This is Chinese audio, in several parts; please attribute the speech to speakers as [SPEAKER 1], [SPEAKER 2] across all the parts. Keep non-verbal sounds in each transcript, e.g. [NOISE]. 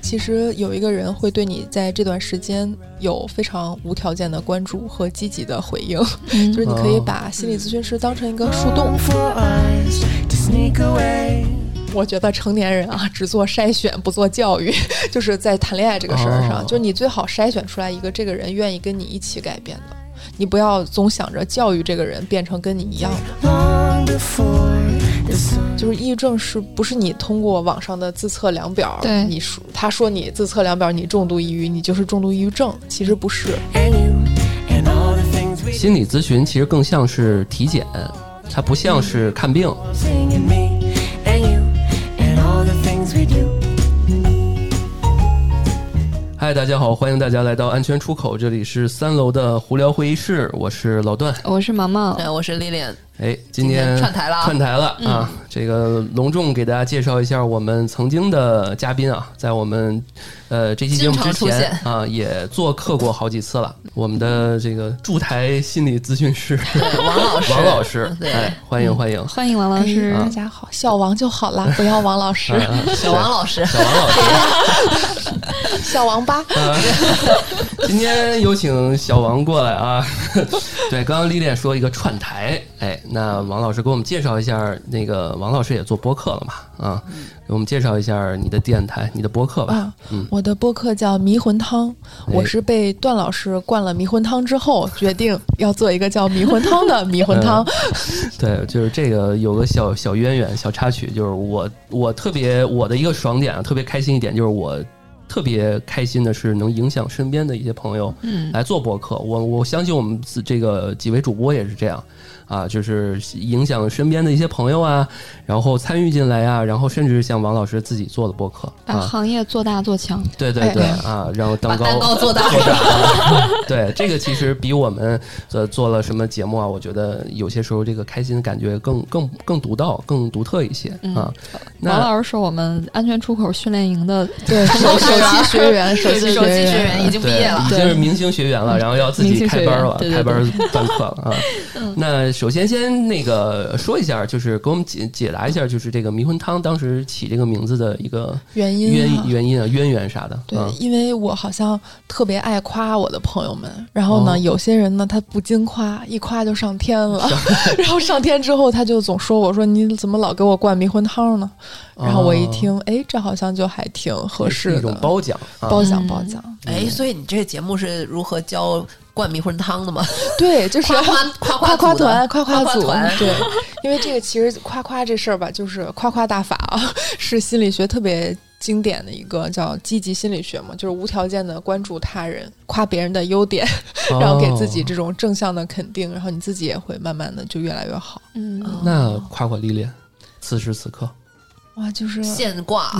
[SPEAKER 1] 其实有一个人会对你在这段时间有非常无条件的关注和积极的回应，
[SPEAKER 2] 嗯
[SPEAKER 1] 就是你可以把心理咨询师当成一个树洞。我觉得成年人啊，只做筛选不做教育， [LAUGHS] 就是在谈恋爱这个事儿上，
[SPEAKER 3] 哦
[SPEAKER 1] 就是你最好筛选出来一个这个人愿意跟你一起改变的，你不要总想着教育这个人变成跟你一样的。
[SPEAKER 4] long before the sun
[SPEAKER 1] 就是抑郁症是不是你通过网上的自测量表，
[SPEAKER 2] 对
[SPEAKER 1] 你说他说你自测量表你重度抑郁，你就是重度抑郁症，其实不是。
[SPEAKER 4] and you and all the things we
[SPEAKER 3] 心理咨询其实更像是体检，它不像是看病。
[SPEAKER 4] sing and me and you and all the things we do
[SPEAKER 3] 嗨，大家好，欢迎大家来到安全出口，这里是三楼的胡聊会议室，我是老段。
[SPEAKER 2] 我是毛毛，
[SPEAKER 5] 哎，我是 l i
[SPEAKER 3] 哎，今
[SPEAKER 5] 天
[SPEAKER 3] 天
[SPEAKER 5] 串台了啊
[SPEAKER 3] 串台了啊！这个隆重给大家介绍一下我们曾经的嘉宾啊，在我们呃这期节目之
[SPEAKER 5] 经常出
[SPEAKER 3] 前
[SPEAKER 5] 现
[SPEAKER 3] 啊，也做客过好几次了。我们的这个驻台心理咨询师
[SPEAKER 5] [LAUGHS] 王老师，
[SPEAKER 3] 王老师，
[SPEAKER 5] 对
[SPEAKER 3] 哎，欢迎欢迎，
[SPEAKER 2] 欢迎王老师。
[SPEAKER 1] 嗯
[SPEAKER 3] 啊
[SPEAKER 1] 大家好，小王就好
[SPEAKER 3] [LAUGHS]
[SPEAKER 1] 啦，不要王老师，
[SPEAKER 5] [LAUGHS]
[SPEAKER 1] 啊
[SPEAKER 5] 小王老师，
[SPEAKER 3] 小王老师。
[SPEAKER 1] [LAUGHS] 小王八。
[SPEAKER 3] 今天有请小王过来啊。 [LAUGHS] 对，刚刚丽丽说一个串台，哎，那王老师给我们介绍一下，那个王老师也做播客了嘛？啊，给我们介绍一下你的电台、你的播客吧。嗯哎
[SPEAKER 1] 啊，我的播客叫《迷魂汤》，我是被段老师灌了迷魂汤之后，决定要做一个叫迷魂汤的迷魂
[SPEAKER 3] [LAUGHS]
[SPEAKER 1] 汤。
[SPEAKER 3] 嗯对，就是这个有个小小渊源、小插曲，就是我我特别我的一个爽点啊，特别开心一点就是我。特别开心的是，能影响身边的一些朋友来做播客。我我相信我们自这个几位主播也是这样啊，就是影响身边的一些朋友啊，然后参与进来啊，然后甚至像王老师自己做的播客
[SPEAKER 2] 把
[SPEAKER 3] 啊，
[SPEAKER 2] 行业做大做强，
[SPEAKER 3] 对对
[SPEAKER 1] 哎
[SPEAKER 3] 对啊，然后
[SPEAKER 5] 把
[SPEAKER 3] 蛋糕
[SPEAKER 5] 蛋糕做大，
[SPEAKER 3] 做大。对，这个其实比我们呃做了什么节目啊，我觉得有些时候这个开心的感觉更更更独到、更独特一些啊。
[SPEAKER 2] 王
[SPEAKER 3] 那
[SPEAKER 2] 老师是我们安全出口训练营
[SPEAKER 5] [LAUGHS]
[SPEAKER 2] 的
[SPEAKER 3] [LAUGHS]
[SPEAKER 1] 对，手手机学员，手
[SPEAKER 5] 手
[SPEAKER 1] 机
[SPEAKER 5] 机手机学
[SPEAKER 1] 员。
[SPEAKER 3] 嗯
[SPEAKER 5] 员已经毕业了
[SPEAKER 3] 已，经是明星学员了，然后要自己开班了，开班办课了啊。那首先先那个说一下，就是给我们解解答一下，就是这个迷魂汤当时起这个名字的一个
[SPEAKER 1] 原因
[SPEAKER 3] 渊
[SPEAKER 1] 啊
[SPEAKER 3] 原因啊、渊源啥的。
[SPEAKER 1] 对
[SPEAKER 3] 啊，
[SPEAKER 1] 因为我好像特别爱夸我的朋友们，然后呢，
[SPEAKER 3] 哦
[SPEAKER 1] 有些人呢他不经夸，一夸就上天了， [LAUGHS] 然后上天之后他就总说我说你怎么老给我灌迷魂汤呢？然后我一听，哎，这好像就还挺合
[SPEAKER 3] 哦是
[SPEAKER 1] 适
[SPEAKER 3] 一种
[SPEAKER 1] 的，
[SPEAKER 3] 褒奖啊，
[SPEAKER 1] 褒奖
[SPEAKER 2] 嗯
[SPEAKER 1] 褒奖，
[SPEAKER 5] 哎，所以你这个节目是如何教灌迷魂汤的吗？
[SPEAKER 1] 对，就是
[SPEAKER 5] 夸
[SPEAKER 1] [LAUGHS] 夸
[SPEAKER 5] 夸夸夸
[SPEAKER 1] 夸
[SPEAKER 5] 组
[SPEAKER 1] 团，
[SPEAKER 5] 的
[SPEAKER 1] 夸
[SPEAKER 5] 夸
[SPEAKER 1] 组，
[SPEAKER 5] 团，
[SPEAKER 1] 对，因为这个其实夸夸这事儿吧，就是夸夸大法啊，是心理学特别经典的一个叫积极心理学嘛，就是无条件的关注他人，夸别人的优点，
[SPEAKER 3] [LAUGHS] 哦
[SPEAKER 1] 然后给自己这种正向的肯定，然后你自己也会慢慢的就越来越好。
[SPEAKER 2] 嗯
[SPEAKER 3] 那夸夸丽丽，此时此刻。
[SPEAKER 1] 哇，就是
[SPEAKER 5] 现挂，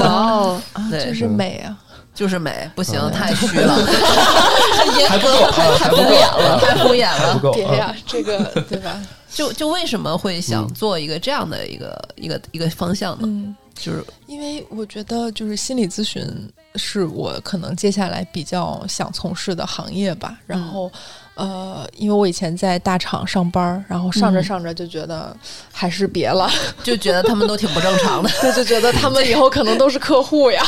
[SPEAKER 2] 哇哦，
[SPEAKER 1] 啊，
[SPEAKER 5] 对
[SPEAKER 1] 就是美啊！
[SPEAKER 5] 就是美，不行
[SPEAKER 3] 嗯，
[SPEAKER 5] 太虚了，
[SPEAKER 3] 还不够啊
[SPEAKER 5] 太
[SPEAKER 3] 还
[SPEAKER 5] 太
[SPEAKER 3] 不
[SPEAKER 5] 敷
[SPEAKER 3] 够
[SPEAKER 5] 衍了，太敷衍
[SPEAKER 3] 还不
[SPEAKER 5] 了。
[SPEAKER 3] 够
[SPEAKER 1] 别
[SPEAKER 3] 啊
[SPEAKER 1] 呀，这个对吧？
[SPEAKER 5] 就就为什么会想
[SPEAKER 3] 嗯
[SPEAKER 5] 做一个这样的一个一个一个方向呢？
[SPEAKER 1] 嗯，
[SPEAKER 5] 就是
[SPEAKER 1] 因为我觉得就是心理咨询是我可能接下来比较想从事的行业吧。
[SPEAKER 2] 嗯
[SPEAKER 1] 然后，呃，因为我以前在大厂上班儿，然后上着
[SPEAKER 2] 嗯
[SPEAKER 1] 上着就觉得还是别了， [LAUGHS]
[SPEAKER 5] 就觉得他们都挺不正常的，
[SPEAKER 1] 对，就觉得他们以后可能都是客户呀。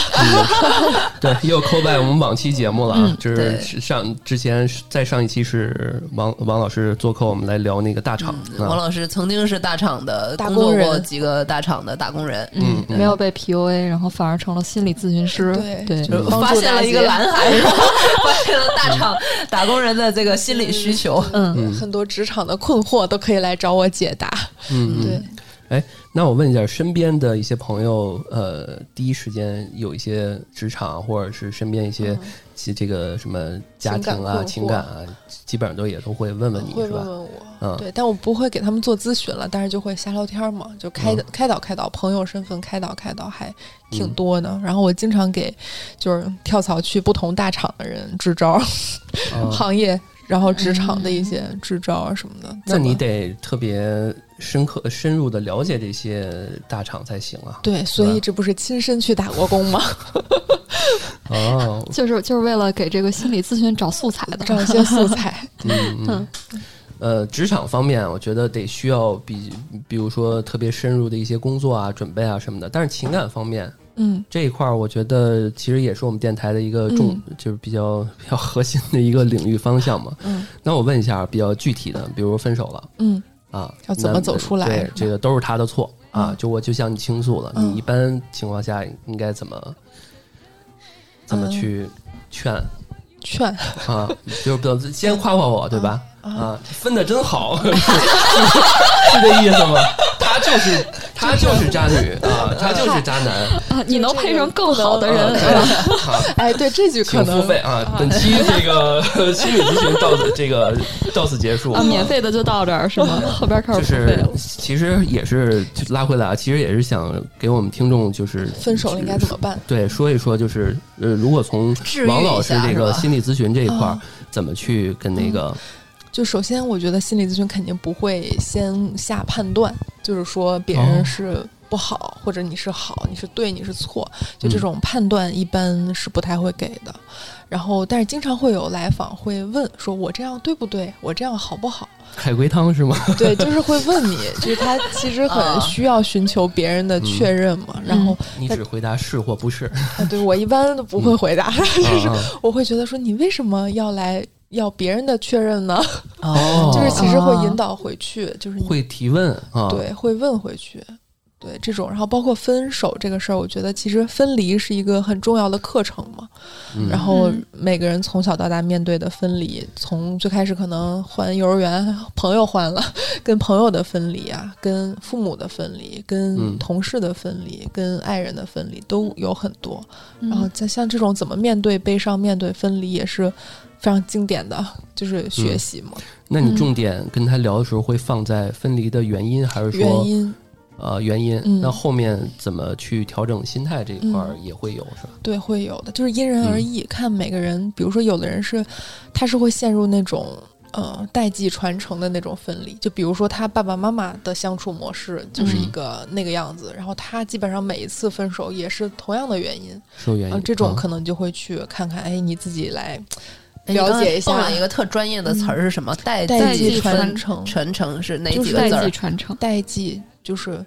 [SPEAKER 3] [LAUGHS] 对，又扣拜我们往期节目了啊，
[SPEAKER 2] 嗯
[SPEAKER 3] 就是
[SPEAKER 5] 对
[SPEAKER 3] 上之前在上一期是王王老师做客，我们来聊那个大厂、
[SPEAKER 5] 王
[SPEAKER 3] 啊，
[SPEAKER 5] 老师曾经是大厂的，
[SPEAKER 1] 打
[SPEAKER 5] 工作
[SPEAKER 1] 工人
[SPEAKER 5] 过几个大厂的打工人，
[SPEAKER 3] 嗯嗯
[SPEAKER 2] 没有被 PUA，然后反而成了心理咨询师。
[SPEAKER 1] 对
[SPEAKER 2] 对，
[SPEAKER 3] 嗯
[SPEAKER 5] 呃发现了一个蓝海，发现了大厂打工人的这个心理需求。
[SPEAKER 2] 嗯，
[SPEAKER 3] 嗯
[SPEAKER 1] 很多职场的困惑都可以来找我解答。
[SPEAKER 3] 嗯嗯。
[SPEAKER 1] 对，
[SPEAKER 3] 那我问一下，身边的一些朋友，呃，第一时间有一些职场或者是身边一些其这个什么家庭啊、嗯情
[SPEAKER 1] 情
[SPEAKER 3] 感
[SPEAKER 1] 感
[SPEAKER 3] 啊，基本上都也都会问问你
[SPEAKER 1] 会
[SPEAKER 3] 是
[SPEAKER 1] 问
[SPEAKER 3] 吧？
[SPEAKER 1] 问
[SPEAKER 3] 嗯
[SPEAKER 1] 我，对，但我不会给他们做咨询了，但是就会瞎聊天嘛，就开
[SPEAKER 3] 嗯
[SPEAKER 1] 开导开导，朋友身份开导开导，还挺
[SPEAKER 3] 嗯
[SPEAKER 1] 多的。然后我经常给就是跳槽去不同大厂的人支招，
[SPEAKER 3] 啊
[SPEAKER 1] [LAUGHS] 行业，然后职场的一些支招啊什么的。
[SPEAKER 3] 那
[SPEAKER 1] 怎么
[SPEAKER 3] 你得特别深刻、深入的了解这些大厂才行啊。
[SPEAKER 1] 对，所
[SPEAKER 3] 是吧
[SPEAKER 1] 以这不是亲身去打过工
[SPEAKER 3] [LAUGHS]
[SPEAKER 1] 吗？
[SPEAKER 3] 哦，
[SPEAKER 2] 就是就是为了给这个心理咨询找素材的。
[SPEAKER 1] 找一些素材。
[SPEAKER 3] 嗯，嗯，呃，职场方面，我觉得得需要比，比如说特别深入的一些工作啊、准备啊什么的。但是情感方面，
[SPEAKER 1] 嗯
[SPEAKER 3] 这一块儿，我觉得其实也是我们电台的一个重，就是比较比较核心的一个领域方向嘛。
[SPEAKER 1] 嗯
[SPEAKER 3] 那我问一下，比较具体的，比如分手了
[SPEAKER 1] 嗯
[SPEAKER 3] 啊，
[SPEAKER 1] 要怎么
[SPEAKER 3] 男
[SPEAKER 1] 走出来是
[SPEAKER 3] 对
[SPEAKER 1] 吧，
[SPEAKER 3] 这个都是他的错啊
[SPEAKER 1] 嗯。
[SPEAKER 3] 就我就向你倾诉了，
[SPEAKER 1] 嗯
[SPEAKER 3] 你一般情况下应该怎么怎么去劝
[SPEAKER 1] 劝
[SPEAKER 3] 啊？就是不能先夸夸我，对吧？
[SPEAKER 1] 嗯
[SPEAKER 3] 啊，分的真好， [LAUGHS] 是是这意思吗？他就是他就是渣女啊，他就是渣男。
[SPEAKER 2] [LAUGHS] 啊，你能配上更好的
[SPEAKER 3] 啊
[SPEAKER 2] 人，
[SPEAKER 3] 对好
[SPEAKER 1] 哎，对这句可
[SPEAKER 3] 请付
[SPEAKER 1] 能
[SPEAKER 3] 费啊！本期这个 [LAUGHS] 心理咨询到此这个到此结束
[SPEAKER 5] 嗯
[SPEAKER 2] 啊，免费的就到这儿是吗？后边开始
[SPEAKER 3] 就
[SPEAKER 2] 付费
[SPEAKER 3] 是
[SPEAKER 2] 了。
[SPEAKER 3] 其实也是就拉回来啊，其实也是想给我们听众就是
[SPEAKER 1] 分手了应该怎么办？
[SPEAKER 3] 对说一说，就是呃，如果从
[SPEAKER 5] 治愈一下
[SPEAKER 3] 王老师这
[SPEAKER 5] 是
[SPEAKER 3] 个
[SPEAKER 5] 吧
[SPEAKER 3] 心理咨询这一块儿
[SPEAKER 1] 嗯，
[SPEAKER 3] 怎么去跟那个
[SPEAKER 1] 就首先，我觉得心理咨询肯定不会先下判断，就是说别
[SPEAKER 3] 哦
[SPEAKER 1] 人是不好，或者你是好，你是对，你是错，就这种判断一般是不太会给的。然后，但是经常会有来访会问说：“我这样对不对？我这样好不好
[SPEAKER 3] 海龟汤是吗？？” [LAUGHS]
[SPEAKER 1] 对，就是会问你，就是他其实
[SPEAKER 5] 啊
[SPEAKER 1] 很需要寻求别人的确认嘛。然后，
[SPEAKER 3] 你只回答是或不是，
[SPEAKER 1] 啊，对我一般都不会回答， [LAUGHS] 就是
[SPEAKER 3] 啊
[SPEAKER 1] 我会觉得说：“你为什么要来要别人的确认呢？”
[SPEAKER 5] 哦
[SPEAKER 1] 就是其实会
[SPEAKER 2] 哦
[SPEAKER 1] 引导回去，就是你
[SPEAKER 3] 会提问啊，
[SPEAKER 1] 对，会问回去。对这种，然后包括分手这个事儿，我觉得其实分离是一个很重要的课程嘛。
[SPEAKER 3] 嗯
[SPEAKER 1] 然后
[SPEAKER 2] 嗯
[SPEAKER 1] 每个人从小到大面对的分离，从最开始可能换幼儿园，朋友换了， [LAUGHS] 跟朋友的分离啊，跟父母的分离，
[SPEAKER 3] 嗯
[SPEAKER 1] 跟同事的分离，跟爱人的分离都有很多。然后
[SPEAKER 2] 嗯
[SPEAKER 1] 在像这种怎么面对悲伤、面对分离，也是非常经典的，就是学
[SPEAKER 3] 嗯
[SPEAKER 1] 习嘛，
[SPEAKER 3] 那你重点跟他聊的时候会放在分离的原因，还是说
[SPEAKER 1] 原因
[SPEAKER 3] 呃原因，
[SPEAKER 1] 嗯
[SPEAKER 3] 那后面怎么去调整心态这一块儿也会有、是吧？
[SPEAKER 1] 对，会有的，就是因人
[SPEAKER 3] 嗯
[SPEAKER 1] 而异，看每个人。比如说，有的人是，他是会陷入那种呃代际传承的那种分离，就比如说他爸爸妈妈的相处模式就是一
[SPEAKER 3] 嗯
[SPEAKER 1] 个那个样子，然后他基本上每一次分手也是同样的原因，
[SPEAKER 3] 是有
[SPEAKER 1] 然
[SPEAKER 3] 原因、
[SPEAKER 1] 啊后这种
[SPEAKER 3] 嗯
[SPEAKER 1] 可能就会去看看，哎，你自己来
[SPEAKER 5] 哎你
[SPEAKER 1] 了
[SPEAKER 5] 刚才
[SPEAKER 1] 解一下嗯
[SPEAKER 5] 蹦了一个特专业的词儿是什么？代
[SPEAKER 1] 代
[SPEAKER 2] 际
[SPEAKER 1] 际传
[SPEAKER 5] 传
[SPEAKER 1] 承，
[SPEAKER 5] 传承是哪
[SPEAKER 2] 就
[SPEAKER 5] 几
[SPEAKER 2] 是
[SPEAKER 5] 个字
[SPEAKER 2] 代际
[SPEAKER 5] 儿？
[SPEAKER 2] 传承，
[SPEAKER 1] 代际就是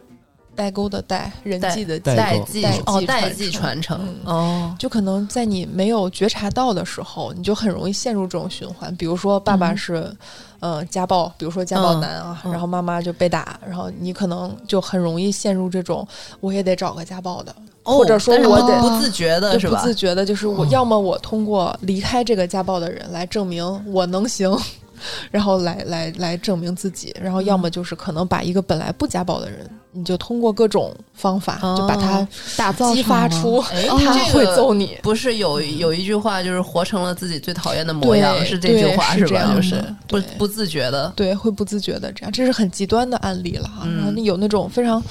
[SPEAKER 1] 代沟的代，人
[SPEAKER 5] 代
[SPEAKER 1] 际的际
[SPEAKER 3] 代，代
[SPEAKER 5] 际
[SPEAKER 1] 代际
[SPEAKER 5] 哦，
[SPEAKER 1] 传
[SPEAKER 5] 代际
[SPEAKER 1] 承
[SPEAKER 5] 传承
[SPEAKER 1] 嗯
[SPEAKER 5] 哦，
[SPEAKER 1] 就可能在你没有觉察到的时候，你就很容易陷入这种循环。比如说，爸爸
[SPEAKER 2] 嗯
[SPEAKER 1] 是，呃，家暴，比如说家暴
[SPEAKER 5] 嗯
[SPEAKER 1] 男啊，
[SPEAKER 5] 嗯
[SPEAKER 1] 然后妈妈就被打，然后你可能就很容易陷入这种，我也得找个家暴的，
[SPEAKER 5] 哦
[SPEAKER 1] 或者说
[SPEAKER 5] 但是
[SPEAKER 1] 我
[SPEAKER 5] 不
[SPEAKER 1] 得
[SPEAKER 5] 不自觉的嗯是
[SPEAKER 1] 就不
[SPEAKER 5] 吧嗯
[SPEAKER 1] 自？觉的，就是我、
[SPEAKER 3] 哦
[SPEAKER 1] 要么我通过离开这个家暴的人来证明我能行， [LAUGHS] 然后来来来证明自己，然后要
[SPEAKER 5] 嗯
[SPEAKER 1] 么就是可能把一个本来不家暴的人，你就通过各种方法、就把他
[SPEAKER 5] 哦
[SPEAKER 2] 打造啊
[SPEAKER 1] 激
[SPEAKER 2] 成
[SPEAKER 1] 发
[SPEAKER 2] 了
[SPEAKER 1] 出。
[SPEAKER 5] 哎，
[SPEAKER 1] [LAUGHS] 他
[SPEAKER 5] 这
[SPEAKER 1] 会
[SPEAKER 5] 个
[SPEAKER 1] 揍你，
[SPEAKER 5] 不是有有一句话就是活成了自己最讨厌的模
[SPEAKER 1] 嗯对
[SPEAKER 5] 样，是这句
[SPEAKER 1] 对
[SPEAKER 5] 话
[SPEAKER 1] 是这样
[SPEAKER 5] 吧？
[SPEAKER 1] 的
[SPEAKER 5] 就是不
[SPEAKER 1] 对
[SPEAKER 5] 不自觉的，
[SPEAKER 1] 对，会不自觉的这样，这是很极端的案例了哈。
[SPEAKER 5] 嗯
[SPEAKER 1] 然后有那种非常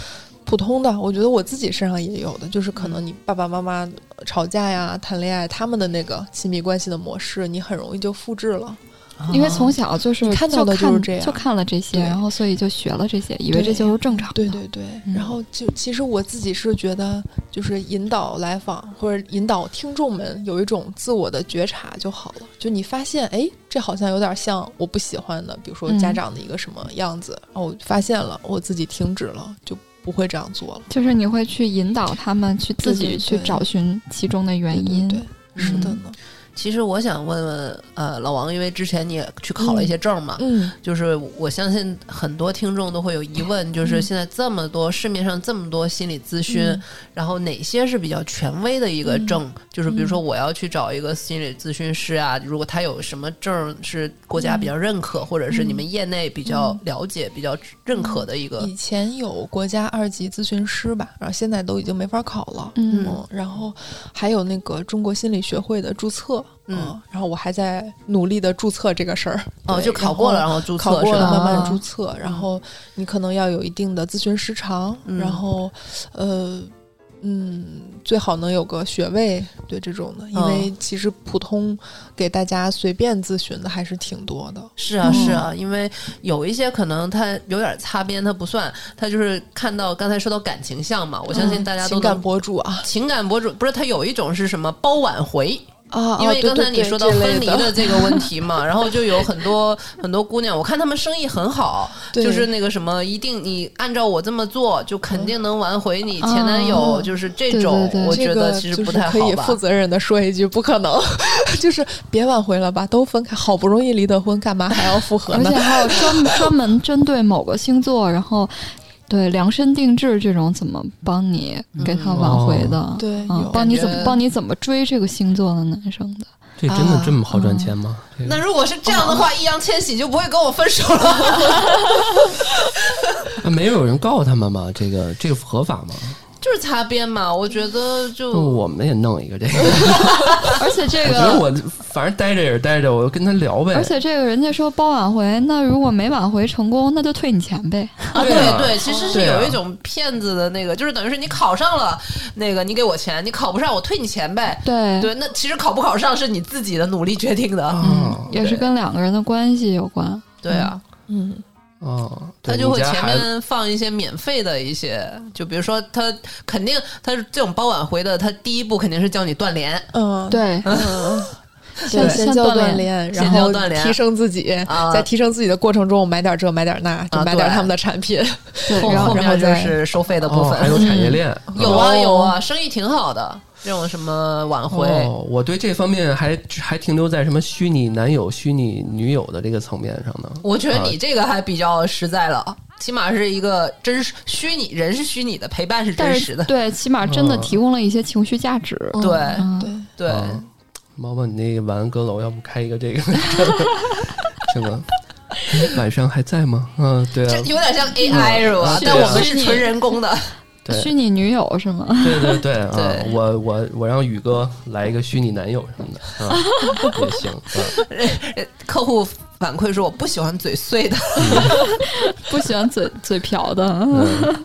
[SPEAKER 1] 普通的，我觉得我自己身上也有的，就是可能你爸爸妈妈吵架呀、谈恋爱，他们的那个亲密关系的模式，你很容易就复制了。
[SPEAKER 2] 因为从小就是
[SPEAKER 1] 你看到
[SPEAKER 2] 就
[SPEAKER 1] 的嗯就是这样
[SPEAKER 2] 就看了这些，
[SPEAKER 1] 对
[SPEAKER 2] 然后所以就学了这些，以为
[SPEAKER 1] 对
[SPEAKER 2] 这就是正常的。
[SPEAKER 1] 对对对，
[SPEAKER 2] 嗯
[SPEAKER 1] 啊然后就其实我自己是觉得，就是引导来访或者引导听众们有一种自我的觉察就好了。就你发现，哎，这好像有点像我不喜欢的，比如说家
[SPEAKER 2] 嗯
[SPEAKER 1] 长的一个什么样子，哦，我发现了，我自己停止了，就不会这样做了。
[SPEAKER 2] 就是你会去引导他们去自
[SPEAKER 1] 对
[SPEAKER 2] 己
[SPEAKER 1] 对
[SPEAKER 2] 去
[SPEAKER 1] 对
[SPEAKER 2] 找寻其中的原因。
[SPEAKER 1] 对，是的呢。
[SPEAKER 5] 嗯其实我想问问呃老王，因为之前你也去考了一些证嘛，
[SPEAKER 1] 嗯，
[SPEAKER 5] 就是我相信很多听众都会有疑问，就是现在这么多市面上这么多心理咨询，
[SPEAKER 1] 嗯
[SPEAKER 5] 然后哪些是比较权威的一个证？就是
[SPEAKER 1] 嗯
[SPEAKER 5] 比如说我要去找一个心理咨询师啊，如果他有什么证是国
[SPEAKER 1] 嗯
[SPEAKER 5] 家比较认可，或者是你们业内比较了解、比较认
[SPEAKER 1] 嗯
[SPEAKER 5] 可的一个
[SPEAKER 1] 以前有国家二级咨询师吧，然后现在都已经没法考了。
[SPEAKER 2] 嗯
[SPEAKER 1] 然后还有那个中国心理学会的注册，
[SPEAKER 5] 嗯
[SPEAKER 1] 然后我还在努力的注册这个事儿。
[SPEAKER 5] 哦，
[SPEAKER 1] 对
[SPEAKER 5] 就考过了，然
[SPEAKER 1] 然后
[SPEAKER 5] 后注册
[SPEAKER 1] 考过
[SPEAKER 5] 是
[SPEAKER 1] 了，
[SPEAKER 5] 吧？
[SPEAKER 1] 慢慢
[SPEAKER 2] 啊
[SPEAKER 1] 注册。然后你可能要有一定的咨询时长，
[SPEAKER 5] 嗯
[SPEAKER 1] 然后呃。嗯，最好能有个学位，对这种的，因
[SPEAKER 5] 嗯
[SPEAKER 1] 为其实普通给大家随便咨询的还是挺多的。
[SPEAKER 5] [LAUGHS] 是啊，
[SPEAKER 1] 嗯
[SPEAKER 5] 是啊，因为有一些可能他有点擦边，他不算，他就是看到刚才说到感情项嘛，我相信大家
[SPEAKER 1] 嗯
[SPEAKER 5] 都
[SPEAKER 1] 情感
[SPEAKER 5] 能
[SPEAKER 1] 博主啊，
[SPEAKER 5] 情感博主不是他有一种是什么包挽回
[SPEAKER 1] 啊，
[SPEAKER 5] 因为刚才你说到分
[SPEAKER 1] [LAUGHS]
[SPEAKER 5] 离
[SPEAKER 1] 的
[SPEAKER 5] 的这个问题嘛，然后就有很多很多姑娘，我看她们生意很好，
[SPEAKER 1] 对
[SPEAKER 5] 就是那个什么，一定你按照我这么做，就肯定能挽回你前男友，
[SPEAKER 1] 哦
[SPEAKER 2] 嗯
[SPEAKER 5] 就是这
[SPEAKER 2] 对
[SPEAKER 5] 种
[SPEAKER 2] 对，对
[SPEAKER 5] 我
[SPEAKER 1] 这
[SPEAKER 5] 觉
[SPEAKER 1] 个
[SPEAKER 5] 得其实
[SPEAKER 1] 就
[SPEAKER 5] 不
[SPEAKER 1] 是
[SPEAKER 5] 太
[SPEAKER 1] 可
[SPEAKER 5] 好
[SPEAKER 1] 以
[SPEAKER 5] 吧
[SPEAKER 1] 负。责任的说一句，不可能， [LAUGHS] 就是别挽回了吧，都分开，好不容易离的婚，干嘛还要复合
[SPEAKER 2] 而
[SPEAKER 1] 呢
[SPEAKER 2] 且？还有专
[SPEAKER 1] [LAUGHS]
[SPEAKER 2] 门专门针对某个星座，然后对量身定制这种怎么帮你给他挽回的？
[SPEAKER 1] 嗯哦对
[SPEAKER 2] 嗯
[SPEAKER 1] 有
[SPEAKER 2] 帮你怎么
[SPEAKER 5] 感觉
[SPEAKER 2] 帮你怎么追这个星座的男生的？
[SPEAKER 3] 这真
[SPEAKER 1] 啊
[SPEAKER 3] 的这么好赚钱吗？
[SPEAKER 1] 嗯
[SPEAKER 3] 这
[SPEAKER 5] 那
[SPEAKER 3] 个
[SPEAKER 5] 如果是这样的话，易烊千玺就不会跟我分手
[SPEAKER 1] [LAUGHS]
[SPEAKER 5] 了。
[SPEAKER 3] 那没有人告他们吗？这个这个合法吗？
[SPEAKER 5] 就是擦边嘛，我觉得就
[SPEAKER 3] 那我们也弄一个这个。
[SPEAKER 2] 而且这
[SPEAKER 3] [LAUGHS] 我觉得
[SPEAKER 2] 个，
[SPEAKER 3] 我反正待着也是待着，我就跟他聊呗。
[SPEAKER 2] 而且这个人家说包挽回，那如果没挽回成功，那就退你钱呗。
[SPEAKER 5] 啊，
[SPEAKER 3] 对啊
[SPEAKER 5] 对，其实是
[SPEAKER 3] 对啊
[SPEAKER 5] 有一种骗子的那个，就是等于是你考上了，那个你给我钱，你考不上我退你钱呗。
[SPEAKER 2] 对，
[SPEAKER 5] 对，那其实考不考上是你自己的努力决定的。
[SPEAKER 3] 啊
[SPEAKER 2] 嗯，也是跟两个人的关系有关。
[SPEAKER 5] 对啊，
[SPEAKER 1] 嗯，
[SPEAKER 3] 哦，对
[SPEAKER 5] 他就会
[SPEAKER 3] 你家
[SPEAKER 5] 前
[SPEAKER 3] 孩子
[SPEAKER 5] 面放一些免费的一些，就比如说他肯定他这种包挽回的，他第一步肯定是教你断联
[SPEAKER 1] 嗯，
[SPEAKER 2] 对，
[SPEAKER 1] 嗯，
[SPEAKER 2] 先 [LAUGHS]
[SPEAKER 1] 对，先
[SPEAKER 2] 锻
[SPEAKER 1] 教
[SPEAKER 2] 炼
[SPEAKER 1] 锻炼，
[SPEAKER 5] 先
[SPEAKER 1] 然
[SPEAKER 5] 教
[SPEAKER 1] 后
[SPEAKER 5] 锻炼
[SPEAKER 1] 提升自己，
[SPEAKER 5] 啊
[SPEAKER 1] 在提升自己的过程中，我买点这，买点那，就
[SPEAKER 5] 啊
[SPEAKER 1] 买点
[SPEAKER 5] 对
[SPEAKER 1] 他们的产
[SPEAKER 5] [LAUGHS]
[SPEAKER 1] 品。
[SPEAKER 2] 对，
[SPEAKER 5] 后
[SPEAKER 2] 然
[SPEAKER 5] 后
[SPEAKER 2] 后
[SPEAKER 1] 然
[SPEAKER 5] 面
[SPEAKER 1] 后
[SPEAKER 5] 就
[SPEAKER 1] 再
[SPEAKER 5] 是收费的部
[SPEAKER 3] 哦，
[SPEAKER 5] 分。
[SPEAKER 3] 还有产业链，
[SPEAKER 5] 有啊
[SPEAKER 1] 哦
[SPEAKER 5] 有啊，生意挺好的，这种什么挽回，
[SPEAKER 3] 哦，我对这方面还还停留在什么虚拟男友、虚拟女友的这个层面上呢。
[SPEAKER 5] 我觉得
[SPEAKER 3] 啊
[SPEAKER 5] 你这个还比较实在了，起码是一个真实虚拟人是虚拟的，陪伴是真
[SPEAKER 2] 但
[SPEAKER 5] 实
[SPEAKER 2] 是
[SPEAKER 5] 的。
[SPEAKER 2] 对，起码真的
[SPEAKER 3] 嗯
[SPEAKER 2] 提供了一些情绪价值。
[SPEAKER 5] 对
[SPEAKER 2] 嗯
[SPEAKER 1] 对，
[SPEAKER 5] 对，
[SPEAKER 3] 啊猫猫，你那个晚安阁楼，要不开一个这
[SPEAKER 5] [LAUGHS]
[SPEAKER 3] 个？这个晚上还在吗？嗯，对
[SPEAKER 5] 这
[SPEAKER 3] 啊，
[SPEAKER 5] 有点像 AI 是吧？
[SPEAKER 2] 是
[SPEAKER 5] 但我们
[SPEAKER 2] 虚
[SPEAKER 5] 是
[SPEAKER 2] 拟
[SPEAKER 5] 纯人工的。
[SPEAKER 3] 对
[SPEAKER 2] 虚拟女友是吗？
[SPEAKER 1] [LAUGHS]
[SPEAKER 3] 对对对啊！
[SPEAKER 5] 对
[SPEAKER 3] 我我我让宇哥来一个虚拟男友什么的啊，也行啊。
[SPEAKER 5] [LAUGHS] 客户反馈说我不喜欢嘴碎的，
[SPEAKER 2] 不喜欢嘴嘴瓢的。
[SPEAKER 3] 嗯，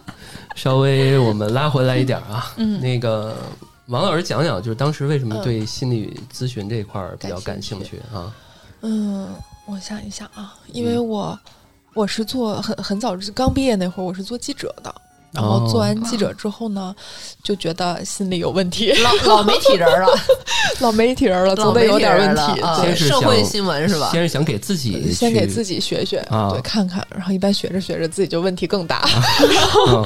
[SPEAKER 3] 稍微我们拉回来一点啊，那个。王老师讲讲，就是当时为什么对心理咨询这一块儿比较感兴趣啊？
[SPEAKER 1] 嗯，我想一想啊，因为
[SPEAKER 5] 嗯
[SPEAKER 1] 我我是做很很早之刚毕业那会儿，我是做记者的。然后
[SPEAKER 3] 哦
[SPEAKER 1] 做完记
[SPEAKER 5] 啊
[SPEAKER 1] 者之后呢，就觉得心里有问题，
[SPEAKER 5] [LAUGHS]
[SPEAKER 1] [LAUGHS]
[SPEAKER 5] 老老媒体人了，
[SPEAKER 1] 老媒体人了，
[SPEAKER 5] [LAUGHS] 老
[SPEAKER 1] 总得有点问
[SPEAKER 5] 媒体
[SPEAKER 1] 题
[SPEAKER 5] 人了。啊
[SPEAKER 1] 对
[SPEAKER 3] 先是
[SPEAKER 5] 社会
[SPEAKER 3] 想
[SPEAKER 5] 新闻是吧？
[SPEAKER 3] 先是想给自己
[SPEAKER 1] 呃先给自
[SPEAKER 3] 己，
[SPEAKER 1] 己学学，
[SPEAKER 3] 呃啊
[SPEAKER 1] 对，看看，然后一般学着学着自己就问题更大，
[SPEAKER 3] 嗯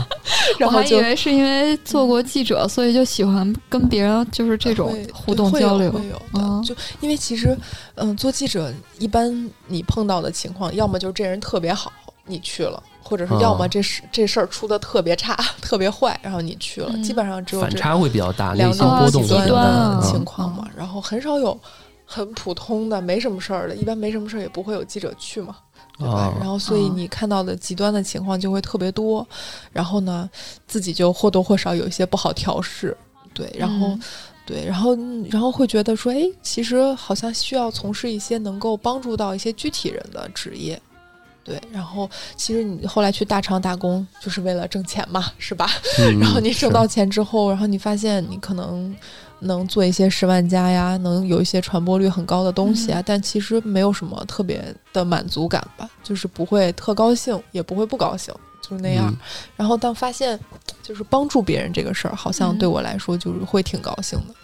[SPEAKER 1] 然
[SPEAKER 2] 我
[SPEAKER 1] 后
[SPEAKER 2] 还以
[SPEAKER 1] 就
[SPEAKER 2] 为是因为做过记者，所以就喜欢跟别人就是这种
[SPEAKER 1] 会
[SPEAKER 2] 互动
[SPEAKER 1] 会有
[SPEAKER 2] 交流
[SPEAKER 1] 会有的，
[SPEAKER 2] 嗯
[SPEAKER 1] 就因为其实，嗯，做记者一般你碰到的情况，要么就是这人特别好，你去了。或者是
[SPEAKER 3] 啊
[SPEAKER 1] 要么这事、这事儿出的特别差，特别坏，然后你去了，
[SPEAKER 2] 嗯
[SPEAKER 1] 基本上只有
[SPEAKER 3] 反
[SPEAKER 1] 这
[SPEAKER 3] 差会比较大，内
[SPEAKER 1] 两
[SPEAKER 3] 心
[SPEAKER 1] 种
[SPEAKER 3] 波动
[SPEAKER 1] 极
[SPEAKER 3] 会
[SPEAKER 1] 端
[SPEAKER 3] 比较大。嗯
[SPEAKER 1] 的
[SPEAKER 2] 啊
[SPEAKER 1] 情况嘛，然后很少有很普通的没什么事儿的，一般没什么事儿也不会有记者去嘛，对吧
[SPEAKER 3] 哦？
[SPEAKER 1] 然后所以你看到的极端的情况就会特别多，然后呢，自己就或多或少有一些不好调试，对，然后
[SPEAKER 2] 嗯
[SPEAKER 1] 对，然后嗯然后会觉得说，哎，其实好像需要从事一些能够帮助到一些具体人的职业。对，然后其实你后来去大厂打工，就是为了挣钱嘛，是吧？[LAUGHS]
[SPEAKER 3] 嗯
[SPEAKER 1] 然后你挣
[SPEAKER 3] 是
[SPEAKER 1] 到钱之后，然后你发现你可能能做一些十万加呀，能有一些传播率很高的东西啊，但其实没有什么特别的满足感吧，就是不会特高兴，也不会不高兴，就是那样。
[SPEAKER 3] 嗯
[SPEAKER 1] 然后但发现，就是帮助别人这个事儿，好像
[SPEAKER 2] 嗯
[SPEAKER 1] 对我来说就是会挺高兴的。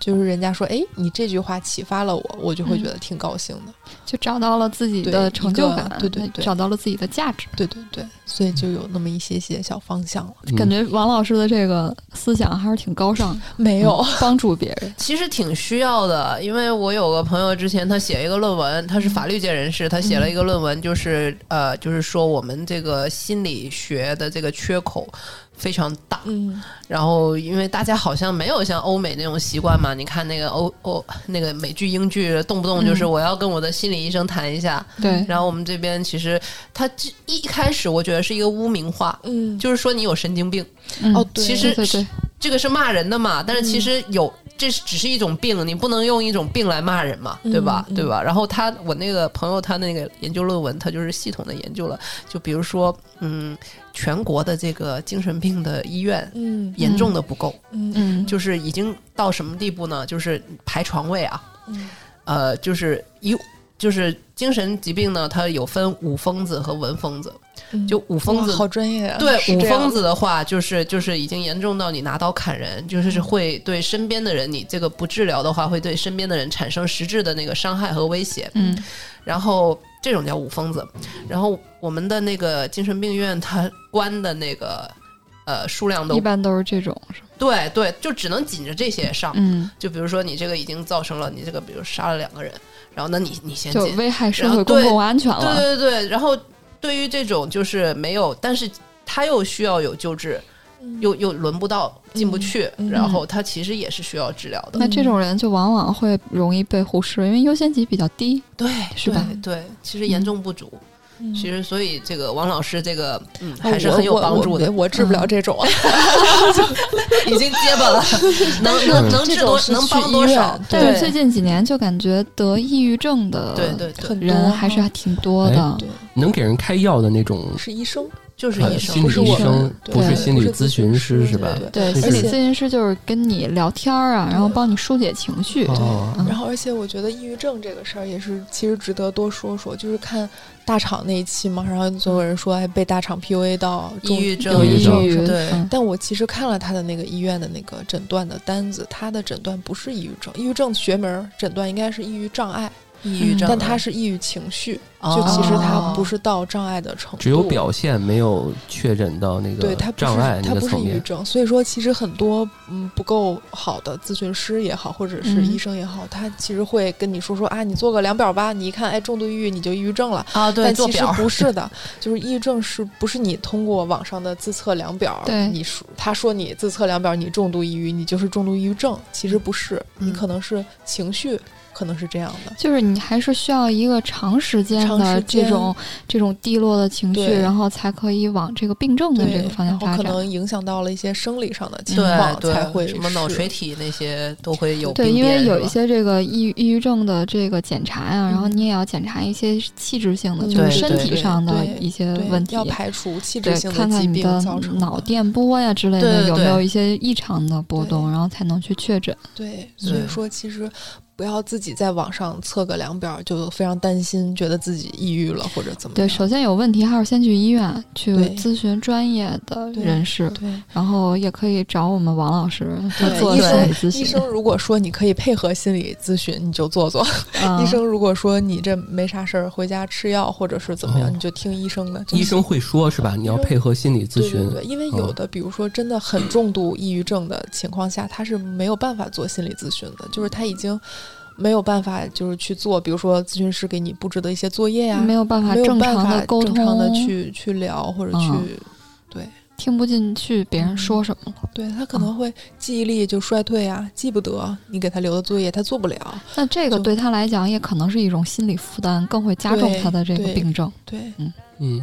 [SPEAKER 1] 就是人家说，哎，你这句话启发了我，我就会觉得挺高兴的。
[SPEAKER 2] 就找到了自己
[SPEAKER 1] 对
[SPEAKER 2] 的成就
[SPEAKER 1] 一个
[SPEAKER 2] 感，
[SPEAKER 1] 对对对
[SPEAKER 2] 找到了自己的价值。
[SPEAKER 1] 对对对，所以就有那么一些些小方向了。
[SPEAKER 3] 嗯
[SPEAKER 2] 感觉王老师的这个思想还是挺高尚的，
[SPEAKER 1] 没有，
[SPEAKER 2] 嗯帮助别人。
[SPEAKER 5] 其实挺需要的，因为我有个朋友之前他写一个论文，他是法律界人士，他写了一个论文，就是呃，就是说我们这个心理学的这个缺口非常大，
[SPEAKER 1] 嗯，
[SPEAKER 5] 然后因为大家好像没有像欧美那种习惯嘛，你看那个欧欧那个美剧、英剧，动不动就是我要跟我的心理医生谈一下，
[SPEAKER 1] 嗯
[SPEAKER 2] 对，
[SPEAKER 5] 然后我们这边其实他这一开始我觉得是一个污名化。
[SPEAKER 1] 嗯，
[SPEAKER 5] 就是说你有神经病，
[SPEAKER 2] 嗯
[SPEAKER 1] 哦，对嗯
[SPEAKER 5] 其实
[SPEAKER 2] 对对对，
[SPEAKER 5] 这个是骂人的嘛，但是其实有。这是只是一种病，你不能用一种病来骂人嘛，
[SPEAKER 1] 嗯
[SPEAKER 5] 对吧？
[SPEAKER 1] 嗯
[SPEAKER 5] 对吧？然后他，我那个朋友，他那个研究论文，他就是系统的研究了，就比如说，嗯，全国的这个精神病的医院
[SPEAKER 1] 嗯
[SPEAKER 5] 严重的不够，
[SPEAKER 1] 嗯嗯
[SPEAKER 2] 嗯，
[SPEAKER 5] 就是已经到什么地步呢？就是排床位啊，
[SPEAKER 1] 嗯
[SPEAKER 5] 呃，就是一就是精神疾病呢，它有分武疯子和文疯子。
[SPEAKER 1] 嗯
[SPEAKER 5] 就武疯
[SPEAKER 1] 哇
[SPEAKER 5] 子
[SPEAKER 1] 好专业啊！
[SPEAKER 5] 对
[SPEAKER 1] 是
[SPEAKER 5] 武
[SPEAKER 1] 这样
[SPEAKER 5] 疯子的话，就是就是已经严重到你拿刀砍
[SPEAKER 1] 嗯
[SPEAKER 5] 人，就是是会对身边的人，你这个不治疗的话，会对身边的人产生实质的那个伤害和威胁。
[SPEAKER 2] 嗯，
[SPEAKER 5] 然后这种叫武疯子。然后我们的那个精神病院，它关的那个呃数量
[SPEAKER 2] 一
[SPEAKER 5] 都
[SPEAKER 2] 般都是这种，是吧
[SPEAKER 5] 对对，就只能紧着这些上。
[SPEAKER 2] 嗯，
[SPEAKER 5] 就比如说你这个已经造成了你这个，比如杀了两个人，然后那你你先
[SPEAKER 2] 就
[SPEAKER 5] 进，
[SPEAKER 2] 危害社
[SPEAKER 5] 然后
[SPEAKER 2] 会公
[SPEAKER 5] 对
[SPEAKER 2] 共安全
[SPEAKER 5] 对
[SPEAKER 2] 了。
[SPEAKER 5] 对对，然后对于这种就是没有，但是他又需要有救治，又又轮不到进不去，
[SPEAKER 1] 嗯嗯嗯
[SPEAKER 5] 然后他其实也是需要治疗的。
[SPEAKER 2] 那这种人就往往会容易被忽视，因为优先级比较低。
[SPEAKER 5] 对，
[SPEAKER 2] 是吧
[SPEAKER 5] 对？对，其实严重不足。
[SPEAKER 1] 嗯
[SPEAKER 5] 其实，所以这个王老师这个嗯
[SPEAKER 1] 哦
[SPEAKER 5] 还是
[SPEAKER 1] 我
[SPEAKER 5] 很有
[SPEAKER 1] 我
[SPEAKER 5] 帮助的
[SPEAKER 1] 我，我治不了这种
[SPEAKER 5] [LAUGHS]
[SPEAKER 1] 啊，
[SPEAKER 5] 已经结
[SPEAKER 1] [LAUGHS]
[SPEAKER 5] 巴了，能能能治
[SPEAKER 1] 这种
[SPEAKER 5] 多
[SPEAKER 1] 是
[SPEAKER 5] 能
[SPEAKER 1] 去
[SPEAKER 5] 帮
[SPEAKER 1] 医
[SPEAKER 5] 多
[SPEAKER 1] 院
[SPEAKER 5] 少？
[SPEAKER 2] 但是
[SPEAKER 5] 对
[SPEAKER 2] 最近几年就感觉得抑郁症
[SPEAKER 5] 对对
[SPEAKER 2] 的
[SPEAKER 5] 对，
[SPEAKER 1] 很多
[SPEAKER 2] 人还是
[SPEAKER 1] 啊
[SPEAKER 2] 还挺多
[SPEAKER 3] 哎
[SPEAKER 2] 的。
[SPEAKER 1] 对，
[SPEAKER 3] 嗯能给人开药的那种
[SPEAKER 1] 是医生，
[SPEAKER 5] 就是
[SPEAKER 3] 呃
[SPEAKER 5] 医生
[SPEAKER 3] 心理
[SPEAKER 1] 是
[SPEAKER 3] 医
[SPEAKER 1] 我们
[SPEAKER 3] 生，
[SPEAKER 1] 对
[SPEAKER 3] 不是
[SPEAKER 2] 对
[SPEAKER 3] 心
[SPEAKER 1] 不
[SPEAKER 3] 理
[SPEAKER 1] 是
[SPEAKER 3] 咨
[SPEAKER 1] 咨询
[SPEAKER 3] 询
[SPEAKER 1] 师
[SPEAKER 3] 师是吧？
[SPEAKER 1] 对
[SPEAKER 2] 心
[SPEAKER 3] 而
[SPEAKER 2] 理
[SPEAKER 1] 且
[SPEAKER 2] 咨询师就是跟你聊天儿啊，然后帮你疏解情绪。
[SPEAKER 3] 哦，
[SPEAKER 2] 嗯
[SPEAKER 1] 然后，而且我觉得抑郁症这个事儿也是，其实值得多说说。就是看大厂那一期嘛，然后所有人说，哎，被大厂 PUA 到
[SPEAKER 5] 抑郁
[SPEAKER 1] 重
[SPEAKER 5] 症
[SPEAKER 1] 有
[SPEAKER 3] 抑郁
[SPEAKER 1] 症
[SPEAKER 3] 症
[SPEAKER 1] 什么的
[SPEAKER 5] 对
[SPEAKER 2] 嗯
[SPEAKER 1] 但我其实看了他的那个医院的那个诊断的单子，他的诊断不是抑郁症，抑郁症学名儿诊断应该是抑郁障碍，
[SPEAKER 5] 嗯抑郁症，
[SPEAKER 1] 嗯但他是抑郁情绪，
[SPEAKER 5] 哦
[SPEAKER 1] 就其实他不是到障碍的程度，
[SPEAKER 3] 只有表现，没有确诊到那
[SPEAKER 1] 对
[SPEAKER 3] 个
[SPEAKER 1] 他不是
[SPEAKER 3] 障碍那
[SPEAKER 1] 他
[SPEAKER 3] 个
[SPEAKER 1] 不是
[SPEAKER 3] 层
[SPEAKER 1] 抑郁
[SPEAKER 3] 面。
[SPEAKER 1] 症，所以说其实很多嗯不够好的咨询师也好，或者是
[SPEAKER 2] 嗯
[SPEAKER 1] 医生也好，他其实会跟你说说啊，你做个量表吧，你一看哎重度抑郁你就抑郁症了。
[SPEAKER 5] 啊，对，
[SPEAKER 1] 但
[SPEAKER 5] 做
[SPEAKER 1] 其实
[SPEAKER 5] 表
[SPEAKER 1] 不是
[SPEAKER 2] [LAUGHS]
[SPEAKER 1] 的，就是抑郁症是不是你通过网上的自测量表，
[SPEAKER 2] 对
[SPEAKER 1] 你说他说你自测量表你重度抑郁，你就是重度抑郁症，其实不是，你
[SPEAKER 5] 嗯
[SPEAKER 1] 可能是情绪可能是这样的，
[SPEAKER 2] 就是你还是需要一个长时间
[SPEAKER 1] 长
[SPEAKER 2] 的
[SPEAKER 1] 时间
[SPEAKER 2] 这种这种低落的情绪，
[SPEAKER 1] 对
[SPEAKER 2] 然后才可以往这个病症的
[SPEAKER 1] 对，
[SPEAKER 2] 嗯这个方向
[SPEAKER 1] 然后
[SPEAKER 2] 发
[SPEAKER 1] 可
[SPEAKER 2] 展。
[SPEAKER 1] 能影响到了一些生理上的情
[SPEAKER 5] 对
[SPEAKER 1] 况，
[SPEAKER 5] 对
[SPEAKER 1] 才会
[SPEAKER 5] 什么脑
[SPEAKER 1] 是
[SPEAKER 5] 垂体那些都会有
[SPEAKER 2] 对，
[SPEAKER 5] 病
[SPEAKER 2] 因为
[SPEAKER 5] 变
[SPEAKER 2] 有
[SPEAKER 5] 是
[SPEAKER 2] 一
[SPEAKER 5] 吧
[SPEAKER 2] 些这个抑郁抑郁症的这个检查呀、
[SPEAKER 1] 嗯
[SPEAKER 2] 然后你也要检查一些器质性的，
[SPEAKER 1] 嗯
[SPEAKER 2] 就是
[SPEAKER 5] 对
[SPEAKER 2] 身
[SPEAKER 5] 对
[SPEAKER 2] 体
[SPEAKER 1] 对
[SPEAKER 2] 上的
[SPEAKER 1] 对
[SPEAKER 2] 一些
[SPEAKER 1] 对
[SPEAKER 2] 问题
[SPEAKER 1] 要。排除器
[SPEAKER 2] 对
[SPEAKER 1] 质，性
[SPEAKER 2] 看
[SPEAKER 1] 疾
[SPEAKER 2] 看你
[SPEAKER 1] 病
[SPEAKER 2] 的
[SPEAKER 1] 造成
[SPEAKER 2] 脑电波呀之类的
[SPEAKER 5] 对对
[SPEAKER 2] 有没
[SPEAKER 5] 对
[SPEAKER 2] 有一些异常的波动，
[SPEAKER 1] 对
[SPEAKER 2] 然后才能去确诊。
[SPEAKER 1] 对，所以
[SPEAKER 5] 对
[SPEAKER 1] 说其实不要自己在网上测个量表就非常担心，觉得自己抑郁了或者怎么
[SPEAKER 2] 对，
[SPEAKER 1] 样。
[SPEAKER 2] 首先有问题还是先去医院去
[SPEAKER 1] 啊对
[SPEAKER 2] 咨询专业的
[SPEAKER 1] 对
[SPEAKER 2] 人士，
[SPEAKER 1] 对
[SPEAKER 2] 然后也可以找我们王老师
[SPEAKER 1] 对
[SPEAKER 2] 做
[SPEAKER 1] 医
[SPEAKER 2] 心
[SPEAKER 1] 生
[SPEAKER 2] 理咨
[SPEAKER 1] 医
[SPEAKER 2] 询。
[SPEAKER 1] 生如果说你可以配合心理咨询，你就做做；
[SPEAKER 2] 嗯
[SPEAKER 1] 医生如果说你这没啥事儿，回家吃药或者是怎么样，
[SPEAKER 3] 哦
[SPEAKER 1] 你就听医生的。就
[SPEAKER 3] 医生会说是吧？你要
[SPEAKER 1] 医生
[SPEAKER 3] 配合心理咨
[SPEAKER 1] 对
[SPEAKER 3] 询嗯
[SPEAKER 1] 对，对，因为有的，比如说真的很重度抑郁症的情况下，他是没有办法做心理咨询的，就是他已经没有办法就是去做，比如说咨询师给你布置的一些作业呀、
[SPEAKER 2] 没有办法
[SPEAKER 1] 没有
[SPEAKER 2] 正
[SPEAKER 1] 办
[SPEAKER 2] 常
[SPEAKER 1] 法
[SPEAKER 2] 的沟
[SPEAKER 1] 正常
[SPEAKER 2] 通
[SPEAKER 1] 的去去聊或者去，
[SPEAKER 2] 嗯
[SPEAKER 1] 对
[SPEAKER 2] 听不进去别
[SPEAKER 1] 嗯
[SPEAKER 2] 人说什么了。
[SPEAKER 1] 对，他可能会记忆力就衰退啊，记不得你给他留的作业，他做不了。
[SPEAKER 2] 那这个
[SPEAKER 1] 就
[SPEAKER 2] 对他来讲也可能是一种心理负担，更会加重
[SPEAKER 1] 对
[SPEAKER 2] 他的这个
[SPEAKER 1] 对
[SPEAKER 2] 病症。
[SPEAKER 1] 对，
[SPEAKER 3] 嗯。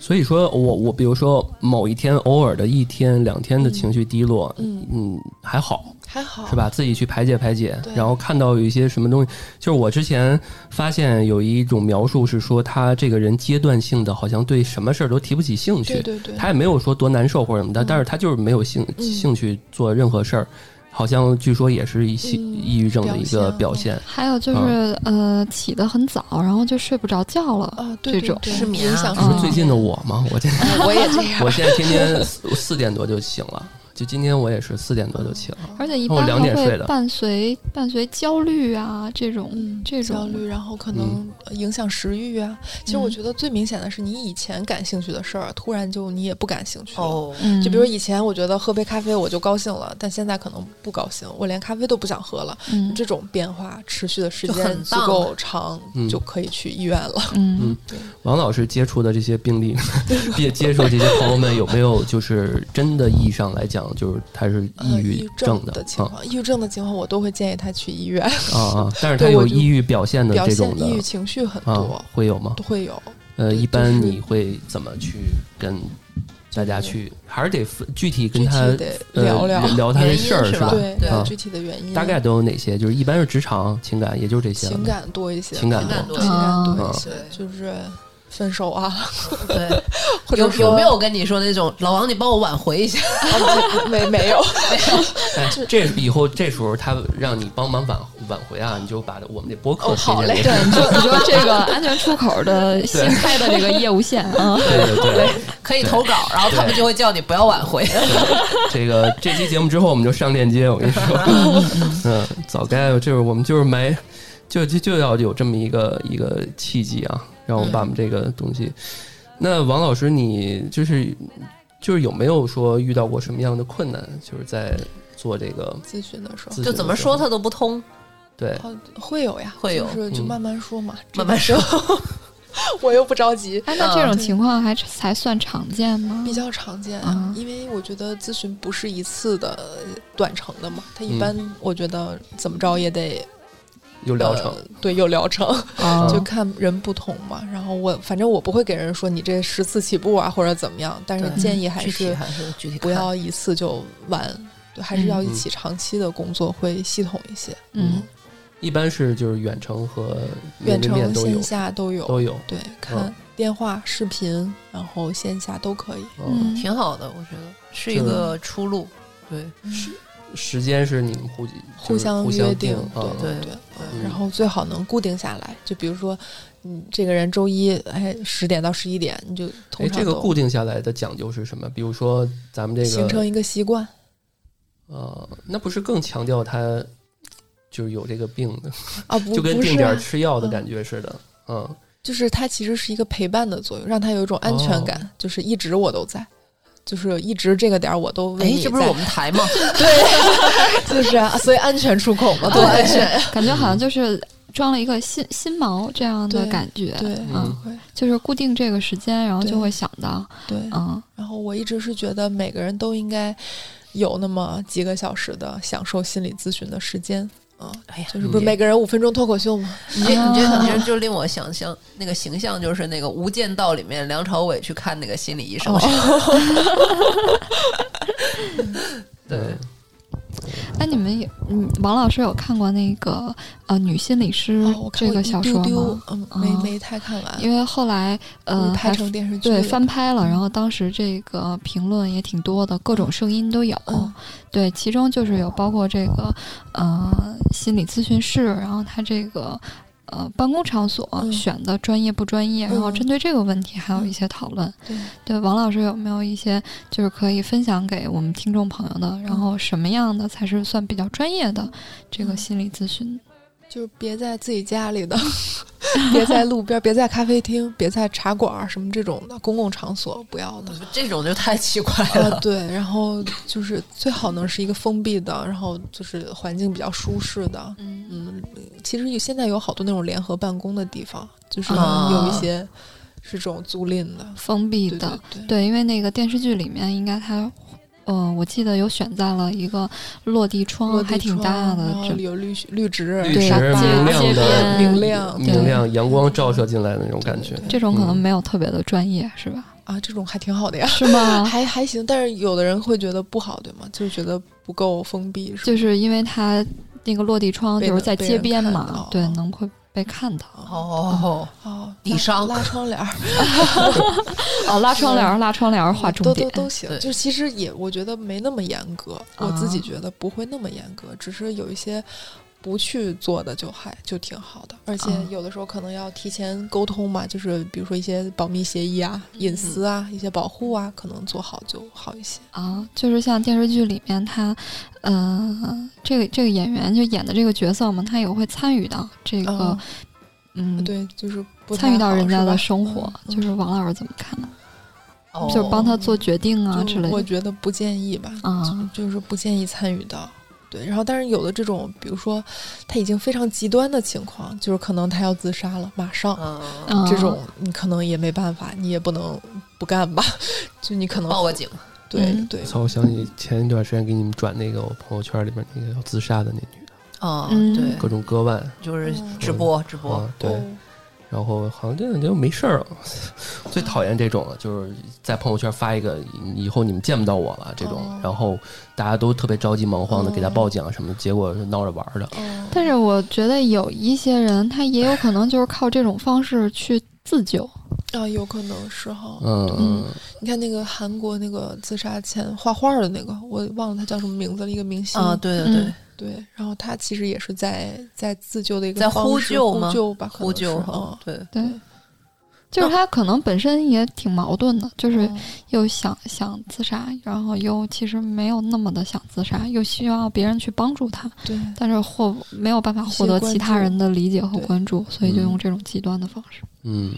[SPEAKER 3] 所以说我我比如说某一天偶尔的一天两天的
[SPEAKER 1] 嗯
[SPEAKER 3] 情绪低落，
[SPEAKER 1] 嗯
[SPEAKER 3] 嗯还好，
[SPEAKER 1] 还好
[SPEAKER 3] 是？吧？自己去排解排解
[SPEAKER 1] 对，
[SPEAKER 3] 然后看到有一些什么东西，就是我之前发现有一种描述是说，他这个人阶段性的，好像对什么事儿都提不起兴趣，
[SPEAKER 1] 对对对，
[SPEAKER 3] 他也没有说多难受或者什么的，
[SPEAKER 1] 嗯
[SPEAKER 3] 但是他就是没有兴、
[SPEAKER 1] 嗯
[SPEAKER 3] 兴趣做任何事儿，好像据说也是一些
[SPEAKER 1] 嗯
[SPEAKER 3] 抑郁症的一个表
[SPEAKER 1] 表现。
[SPEAKER 3] 现
[SPEAKER 1] 嗯
[SPEAKER 2] 还有就是、
[SPEAKER 3] 啊
[SPEAKER 2] 呃，起得很早，然后就睡不着觉了。
[SPEAKER 1] 啊，对
[SPEAKER 2] 这
[SPEAKER 1] 对
[SPEAKER 2] 种
[SPEAKER 1] 对，
[SPEAKER 5] 失眠啊
[SPEAKER 1] 影响
[SPEAKER 2] 嗯
[SPEAKER 3] 是最近的我吗？我这
[SPEAKER 1] 睡眠， [LAUGHS] 我也这样。
[SPEAKER 3] [LAUGHS] 我现在天天四四点多就醒了，就今天我也是四点多就起了。
[SPEAKER 2] 而且一
[SPEAKER 3] 那我
[SPEAKER 2] 般
[SPEAKER 3] 哦两
[SPEAKER 2] 还
[SPEAKER 3] 点睡
[SPEAKER 2] 会
[SPEAKER 3] 的
[SPEAKER 2] 伴随伴随焦虑啊这种、
[SPEAKER 1] 嗯，
[SPEAKER 2] 这种
[SPEAKER 1] 焦虑，然后
[SPEAKER 3] 嗯
[SPEAKER 1] 可能影响食欲啊。其实我
[SPEAKER 2] 嗯
[SPEAKER 1] 觉得最明显的是，你以前感兴趣的事儿，突然就你也不感兴趣了。 [LAUGHS]
[SPEAKER 5] 哦，
[SPEAKER 2] 嗯，
[SPEAKER 1] 就比如以前我觉得喝杯咖啡我就高兴了，但现在可能不高兴，我连咖啡都不想喝了。
[SPEAKER 2] 嗯
[SPEAKER 1] 这种变化持续的时
[SPEAKER 5] 就很
[SPEAKER 1] 间足
[SPEAKER 5] 荡
[SPEAKER 1] 够长
[SPEAKER 3] 嗯，
[SPEAKER 1] 就可以去医院了。
[SPEAKER 2] 嗯
[SPEAKER 3] 王老师接触的这些
[SPEAKER 1] [LAUGHS]
[SPEAKER 3] 病例，也接受这些朋友们有没有就是真的意义上来讲，就是他是抑
[SPEAKER 1] [LAUGHS] 呃
[SPEAKER 3] 郁症
[SPEAKER 1] 症
[SPEAKER 3] 的嗯
[SPEAKER 1] 情况，抑郁症的情况，我都会建议他去医院，
[SPEAKER 3] 啊啊啊！但是他
[SPEAKER 1] 对
[SPEAKER 3] 有
[SPEAKER 1] 我就
[SPEAKER 3] 抑郁表现的
[SPEAKER 1] 表
[SPEAKER 3] 这
[SPEAKER 1] 现
[SPEAKER 3] 种
[SPEAKER 1] 抑郁
[SPEAKER 3] 的
[SPEAKER 1] 情绪很多
[SPEAKER 3] 啊，，会有吗
[SPEAKER 1] 都？会有。
[SPEAKER 3] 呃，
[SPEAKER 1] 对
[SPEAKER 3] 一
[SPEAKER 1] 就
[SPEAKER 3] 般
[SPEAKER 1] 是
[SPEAKER 3] 你会怎么去跟大家去？还是得分具体跟
[SPEAKER 1] 具体
[SPEAKER 3] 他
[SPEAKER 1] 得
[SPEAKER 3] 呃
[SPEAKER 1] 聊聊，
[SPEAKER 3] 聊他的
[SPEAKER 5] 原因
[SPEAKER 3] 事儿
[SPEAKER 5] 是
[SPEAKER 3] 是
[SPEAKER 5] 吧
[SPEAKER 3] 吧？
[SPEAKER 1] 对
[SPEAKER 3] 啊
[SPEAKER 1] 具体的原因，
[SPEAKER 3] 大概都有哪些？就是一般是职场、情感，也就是这些了
[SPEAKER 1] 情
[SPEAKER 3] 吧。
[SPEAKER 1] 感多一些，
[SPEAKER 3] 情感
[SPEAKER 5] 情感
[SPEAKER 1] 多
[SPEAKER 5] 多
[SPEAKER 1] 情感
[SPEAKER 2] 啊
[SPEAKER 1] 多一些
[SPEAKER 5] 对，
[SPEAKER 1] 就是分手啊，
[SPEAKER 5] 对，
[SPEAKER 1] 或者
[SPEAKER 5] 有
[SPEAKER 1] 说
[SPEAKER 5] 有没有跟你说那种老王，你帮我挽回
[SPEAKER 1] [LAUGHS]
[SPEAKER 5] 一下？
[SPEAKER 1] 没没有？
[SPEAKER 3] 哎，这以后这时候他让你帮忙挽挽回啊，你就把我们这播客
[SPEAKER 1] 哦好
[SPEAKER 3] 推荐给
[SPEAKER 1] 嘞
[SPEAKER 2] 对，
[SPEAKER 3] 他
[SPEAKER 2] 你说你说这个安全出口的新开的这个业务线啊，
[SPEAKER 3] [LAUGHS] 对对对，
[SPEAKER 5] 可以投稿，然后他们就会叫你不要挽回。
[SPEAKER 3] 这个这期节目之后我们就上链接，我跟你 [LAUGHS] 说，嗯，早该就是我们就是埋，就就就要有这么一个一个契机啊，让我们把我们这个东西。那王老师，你就是就是有没有说遇到过什么样的困难？就是在做这个
[SPEAKER 1] 咨询的时候
[SPEAKER 3] 咨询的时候，
[SPEAKER 5] 就怎么说他都不通，
[SPEAKER 3] 对，
[SPEAKER 1] 哦会有呀，
[SPEAKER 5] 会有
[SPEAKER 1] 就是就
[SPEAKER 3] 嗯
[SPEAKER 1] 慢慢说嘛，
[SPEAKER 5] 慢慢说。
[SPEAKER 1] [LAUGHS] 我又不着急，
[SPEAKER 2] 哎，那这种情况还才算常见吗
[SPEAKER 1] 嗯比？较常见啊
[SPEAKER 5] 嗯
[SPEAKER 2] 啊，
[SPEAKER 1] 因为我觉得咨询不是一次的短程的嘛，它一般
[SPEAKER 3] 嗯
[SPEAKER 1] 我觉得怎么着也得
[SPEAKER 3] 有疗程
[SPEAKER 1] 呃，对，有疗程，
[SPEAKER 2] 啊
[SPEAKER 3] 嗯
[SPEAKER 1] 就看人不同嘛。然后我反正我不会给人说你这十次起步啊或者怎么样，但是
[SPEAKER 5] 对
[SPEAKER 1] 建议还
[SPEAKER 5] [LAUGHS] 具体
[SPEAKER 1] 是
[SPEAKER 5] 还是具体
[SPEAKER 1] 不要一次就完，对，还是要
[SPEAKER 3] 嗯
[SPEAKER 1] 一起长期的工作会系统一些，
[SPEAKER 2] 嗯，
[SPEAKER 3] 一般是就是远程和
[SPEAKER 1] 远
[SPEAKER 3] 面对
[SPEAKER 1] 程
[SPEAKER 3] 面都有
[SPEAKER 1] 线下都有，
[SPEAKER 3] 都有，
[SPEAKER 1] 对，看
[SPEAKER 3] 嗯
[SPEAKER 1] 电话、视频，然后线下都可以。
[SPEAKER 3] 嗯，
[SPEAKER 5] 看，挺好的，我觉得是一个出路。对
[SPEAKER 3] 时间是你们互
[SPEAKER 1] 互
[SPEAKER 3] 就是
[SPEAKER 1] 相
[SPEAKER 3] 互
[SPEAKER 1] 约
[SPEAKER 3] 相
[SPEAKER 1] 定，
[SPEAKER 3] 啊，
[SPEAKER 1] 对对
[SPEAKER 5] 嗯
[SPEAKER 1] 对
[SPEAKER 3] 嗯
[SPEAKER 1] 然后最好能固定下来，就比如说，嗯，这个人周一哎十点到十一点，你就通
[SPEAKER 3] 哎，
[SPEAKER 1] 常
[SPEAKER 3] 这个
[SPEAKER 1] 都
[SPEAKER 3] 固定下来的讲究是什么？比如说咱们这个
[SPEAKER 1] 形成一个习惯。
[SPEAKER 3] 呃，那不是更强调他就是有这个病的，
[SPEAKER 1] 啊，不
[SPEAKER 3] 就跟
[SPEAKER 1] 不是
[SPEAKER 3] 定
[SPEAKER 1] 啊
[SPEAKER 3] 点吃药的感觉似的。嗯，
[SPEAKER 1] 就是它其实是一个陪伴的作用，让他有一种安
[SPEAKER 3] 哦
[SPEAKER 1] 全感，就是一直我都在，就是一直这个点儿我都为
[SPEAKER 5] 哎
[SPEAKER 1] 你，
[SPEAKER 5] 这不是
[SPEAKER 1] 在
[SPEAKER 5] 我们台 [LAUGHS] 吗？
[SPEAKER 1] 就是啊，所以安全出口嘛，
[SPEAKER 5] 对
[SPEAKER 1] 多安全。
[SPEAKER 2] 感觉好
[SPEAKER 3] 嗯
[SPEAKER 2] 像就是装了一个新新毛这样的
[SPEAKER 1] 对
[SPEAKER 2] 感觉，
[SPEAKER 1] [LAUGHS] 对，
[SPEAKER 2] 嗯
[SPEAKER 1] 会
[SPEAKER 2] 就是固定这个时间，然后
[SPEAKER 1] 对
[SPEAKER 2] 就会想到，
[SPEAKER 1] 对。
[SPEAKER 2] 嗯，
[SPEAKER 1] 然后我一直是觉得每个人都应该有那么几个小时的享受心理咨询的时间。啊，
[SPEAKER 5] 哎呀，
[SPEAKER 1] 就是
[SPEAKER 2] 嗯
[SPEAKER 1] 不是每个人五分钟脱口秀吗？
[SPEAKER 5] 你这你这
[SPEAKER 2] 啊
[SPEAKER 5] 你这就令我想象那个形象，就是那个《无间道》里面梁朝伟去看那个心理医
[SPEAKER 1] 哦
[SPEAKER 5] 生。
[SPEAKER 3] 对，
[SPEAKER 2] 那你们有，嗯，王老师有看过那个呃女心理师
[SPEAKER 1] 哦，我看
[SPEAKER 2] 这
[SPEAKER 1] 过
[SPEAKER 2] 个
[SPEAKER 1] 一
[SPEAKER 2] 小
[SPEAKER 1] 丢
[SPEAKER 2] 说
[SPEAKER 1] 丢
[SPEAKER 2] 吗？，
[SPEAKER 1] 嗯，没
[SPEAKER 2] 啊
[SPEAKER 1] 没太看完，
[SPEAKER 2] 因为后来
[SPEAKER 1] 就是
[SPEAKER 2] 呃
[SPEAKER 1] 拍
[SPEAKER 2] 还
[SPEAKER 1] 成电视剧
[SPEAKER 2] 对翻拍
[SPEAKER 1] 嗯
[SPEAKER 2] 了，然后当时这个评论也挺多的，各种声音都有。
[SPEAKER 1] 嗯
[SPEAKER 2] 对，其中就是有包括这个呃心理咨询室，然后他这个呃办公场所
[SPEAKER 1] 嗯
[SPEAKER 2] 选的专业不专业，然后
[SPEAKER 1] 嗯
[SPEAKER 2] 针对这个问题还有一些讨论。
[SPEAKER 1] 对
[SPEAKER 2] 对，王老师有没有一些就是可以分享给我们听众朋友
[SPEAKER 1] 嗯
[SPEAKER 2] 的？然后什么样的才是算比较专业的这
[SPEAKER 1] 嗯
[SPEAKER 2] 个心理咨询？
[SPEAKER 1] 就是别在自己家里的， [LAUGHS] 别在路边，别在咖啡厅，别在茶馆儿什么这种的公共场所，不要
[SPEAKER 2] [LAUGHS]
[SPEAKER 1] 的。
[SPEAKER 5] [LAUGHS] 这种就太奇怪
[SPEAKER 1] 啊，
[SPEAKER 5] 了。
[SPEAKER 1] 对，然后就是最好能是一个封闭的，然后就是环境比较舒适的。
[SPEAKER 2] 嗯
[SPEAKER 1] 嗯，其实有现在有好多那种联合办公的地方，就是
[SPEAKER 5] 啊
[SPEAKER 1] 有一些是这种租赁的，
[SPEAKER 2] 封闭
[SPEAKER 1] 对
[SPEAKER 2] 的，
[SPEAKER 1] 对对，
[SPEAKER 2] 对，因为那个电视剧里面应该它，呃，我记得有选在了一个落地窗，
[SPEAKER 1] 落地
[SPEAKER 2] 还挺大
[SPEAKER 1] 窗
[SPEAKER 2] 的
[SPEAKER 1] 然后
[SPEAKER 2] 这
[SPEAKER 1] 有绿绿植，
[SPEAKER 3] 绿
[SPEAKER 2] 对
[SPEAKER 3] 植
[SPEAKER 2] 沙发
[SPEAKER 3] 明亮
[SPEAKER 2] 街
[SPEAKER 3] 的
[SPEAKER 2] 边
[SPEAKER 1] 明亮
[SPEAKER 3] 明亮阳光照射进来的那种感觉。
[SPEAKER 2] 这种可能
[SPEAKER 3] 嗯
[SPEAKER 2] 没有特别的专业，
[SPEAKER 1] [LAUGHS]
[SPEAKER 2] 是吧？
[SPEAKER 1] 啊，这种还挺好的呀。
[SPEAKER 2] 是吗？
[SPEAKER 1] 还还行，但是有的人会觉得不好，对吗？就是觉得不够封闭，是吧
[SPEAKER 2] 就是因为它那个落地窗
[SPEAKER 1] 被
[SPEAKER 2] 就是
[SPEAKER 1] 人
[SPEAKER 2] 在
[SPEAKER 1] 被
[SPEAKER 2] 街
[SPEAKER 1] 人
[SPEAKER 2] 边
[SPEAKER 1] 看
[SPEAKER 2] 嘛
[SPEAKER 1] 到，
[SPEAKER 2] 对，能会被看
[SPEAKER 1] [LAUGHS]
[SPEAKER 2] 到。
[SPEAKER 5] 哦，
[SPEAKER 1] 哦，
[SPEAKER 5] 底
[SPEAKER 1] 拉
[SPEAKER 5] 商
[SPEAKER 1] 拉窗帘儿，
[SPEAKER 2] 哦，拉窗帘儿，拉窗帘儿，画重
[SPEAKER 1] 嗯都
[SPEAKER 2] 点
[SPEAKER 1] 都。都行
[SPEAKER 5] 对。
[SPEAKER 1] 就其实也，我觉得没那么严格，我自己
[SPEAKER 2] 啊
[SPEAKER 1] 觉得不会那么严格，只是有一些不去做的就还就挺好的，而且
[SPEAKER 2] 啊
[SPEAKER 1] 有的时候可能要提前沟通嘛，就是比如说一些保密协议啊、隐私
[SPEAKER 2] 嗯
[SPEAKER 1] 啊、一些保护啊，可能做好就好一些。
[SPEAKER 2] 啊，就是像电视剧里面他，呃，这个这个演员就演的这个角色嘛，他也会参与到这个
[SPEAKER 1] 嗯，
[SPEAKER 2] 嗯，
[SPEAKER 1] 对，就是不太
[SPEAKER 2] 参与到
[SPEAKER 1] 好
[SPEAKER 2] 人
[SPEAKER 1] 是
[SPEAKER 2] 家
[SPEAKER 1] 吧
[SPEAKER 2] 的生活。
[SPEAKER 1] 嗯
[SPEAKER 2] 就是王老师怎么看呢？
[SPEAKER 5] 哦
[SPEAKER 2] 就是帮他做决定啊
[SPEAKER 1] 嗯就
[SPEAKER 2] 之类
[SPEAKER 1] 我
[SPEAKER 2] 的
[SPEAKER 1] 觉得不建议吧，
[SPEAKER 2] 啊，
[SPEAKER 1] 就是不建议参与到。对，然后但是有的这种，比如说他已经非常极端的情况，就是可能他要自杀了，马上、
[SPEAKER 5] 嗯，
[SPEAKER 2] 啊
[SPEAKER 1] 这种你可能也没办法，你也不能不干吧？就你可能
[SPEAKER 5] 报个警，
[SPEAKER 1] 对、
[SPEAKER 2] 嗯
[SPEAKER 1] 对，
[SPEAKER 3] 操！我想起前一段时间给你们转那个我朋友圈里边那个要自杀的那女的，
[SPEAKER 5] 哦，
[SPEAKER 2] 嗯
[SPEAKER 5] 对，
[SPEAKER 3] 各种割腕
[SPEAKER 5] 就是直播直播
[SPEAKER 3] 啊，对。
[SPEAKER 1] 哦
[SPEAKER 3] 然后好像这两天没事儿了，最讨厌这种了，就是在朋友圈发一个以后你们见不到我了这种
[SPEAKER 1] 哦，
[SPEAKER 3] 然后大家都特别着急忙慌的
[SPEAKER 1] 嗯
[SPEAKER 3] 给
[SPEAKER 5] 哦
[SPEAKER 3] 他报警啊什么的，结果是闹着玩儿的。
[SPEAKER 1] 哦
[SPEAKER 2] 但是我觉得有一些人，他也有可能就是靠这种方式去自救，
[SPEAKER 1] 啊，有可能是哈。
[SPEAKER 3] 嗯，
[SPEAKER 1] 你看那个韩国那个自杀前画画的那个，我忘了他叫什么名字了，一个明星
[SPEAKER 5] 啊，对对对，
[SPEAKER 2] 嗯
[SPEAKER 1] 对，然后他其实也是在在自救的一个
[SPEAKER 5] 在
[SPEAKER 1] 方
[SPEAKER 5] 呼
[SPEAKER 1] 式
[SPEAKER 5] 救吗
[SPEAKER 1] 呼救吧，可
[SPEAKER 5] 呼
[SPEAKER 1] 能是
[SPEAKER 5] 救
[SPEAKER 1] 嗯，
[SPEAKER 5] 对，
[SPEAKER 2] 对，就是他可能本身也挺矛盾的，就是
[SPEAKER 1] 嗯
[SPEAKER 2] 又想想自杀，然后又其实没有那么的想自杀，又希望别人去帮助他，
[SPEAKER 1] 对，
[SPEAKER 2] 但是获没有办法获得
[SPEAKER 1] 一些关注
[SPEAKER 2] 其他人的理解和
[SPEAKER 1] 对
[SPEAKER 2] 关注，所以就
[SPEAKER 3] 嗯
[SPEAKER 2] 用这种极端的方式。
[SPEAKER 3] 嗯，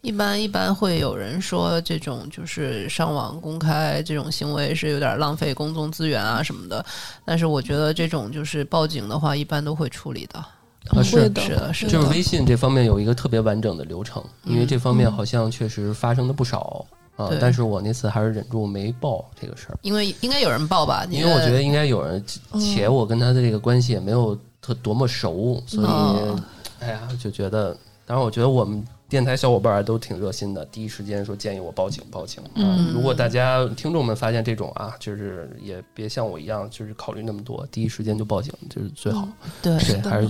[SPEAKER 5] 一般一般会有人说，这种就是上网公开这种行为是有点浪费公众资源啊什么的。但是我觉得这种就是报警的话，一般都会处理的。
[SPEAKER 3] 啊是
[SPEAKER 1] 会的，
[SPEAKER 5] 是的是
[SPEAKER 1] 会
[SPEAKER 5] 的嗯
[SPEAKER 3] 就是微信这方面有一个特别完整的流程，因为这方面好像确实发生的不少啊
[SPEAKER 5] 对，
[SPEAKER 3] 但是我那次还是忍住没报这个事儿，
[SPEAKER 5] 因为应该有人报吧？你
[SPEAKER 3] 因为我觉
[SPEAKER 5] 的嗯
[SPEAKER 3] 得应该有人，且我跟他的这个关系也没有特多么熟，所
[SPEAKER 5] 哦
[SPEAKER 3] 以，哎呀，就觉得，当然我觉得我们。电台小伙伴儿都挺热心的，第一时间说建议我报警报警。啊
[SPEAKER 2] 嗯
[SPEAKER 3] 如果大家听众们发现这种啊，就是也别像我一样，就是考虑那么多，第一时间就报警，就是最好。
[SPEAKER 5] 对
[SPEAKER 3] 对，
[SPEAKER 1] 的
[SPEAKER 3] 还是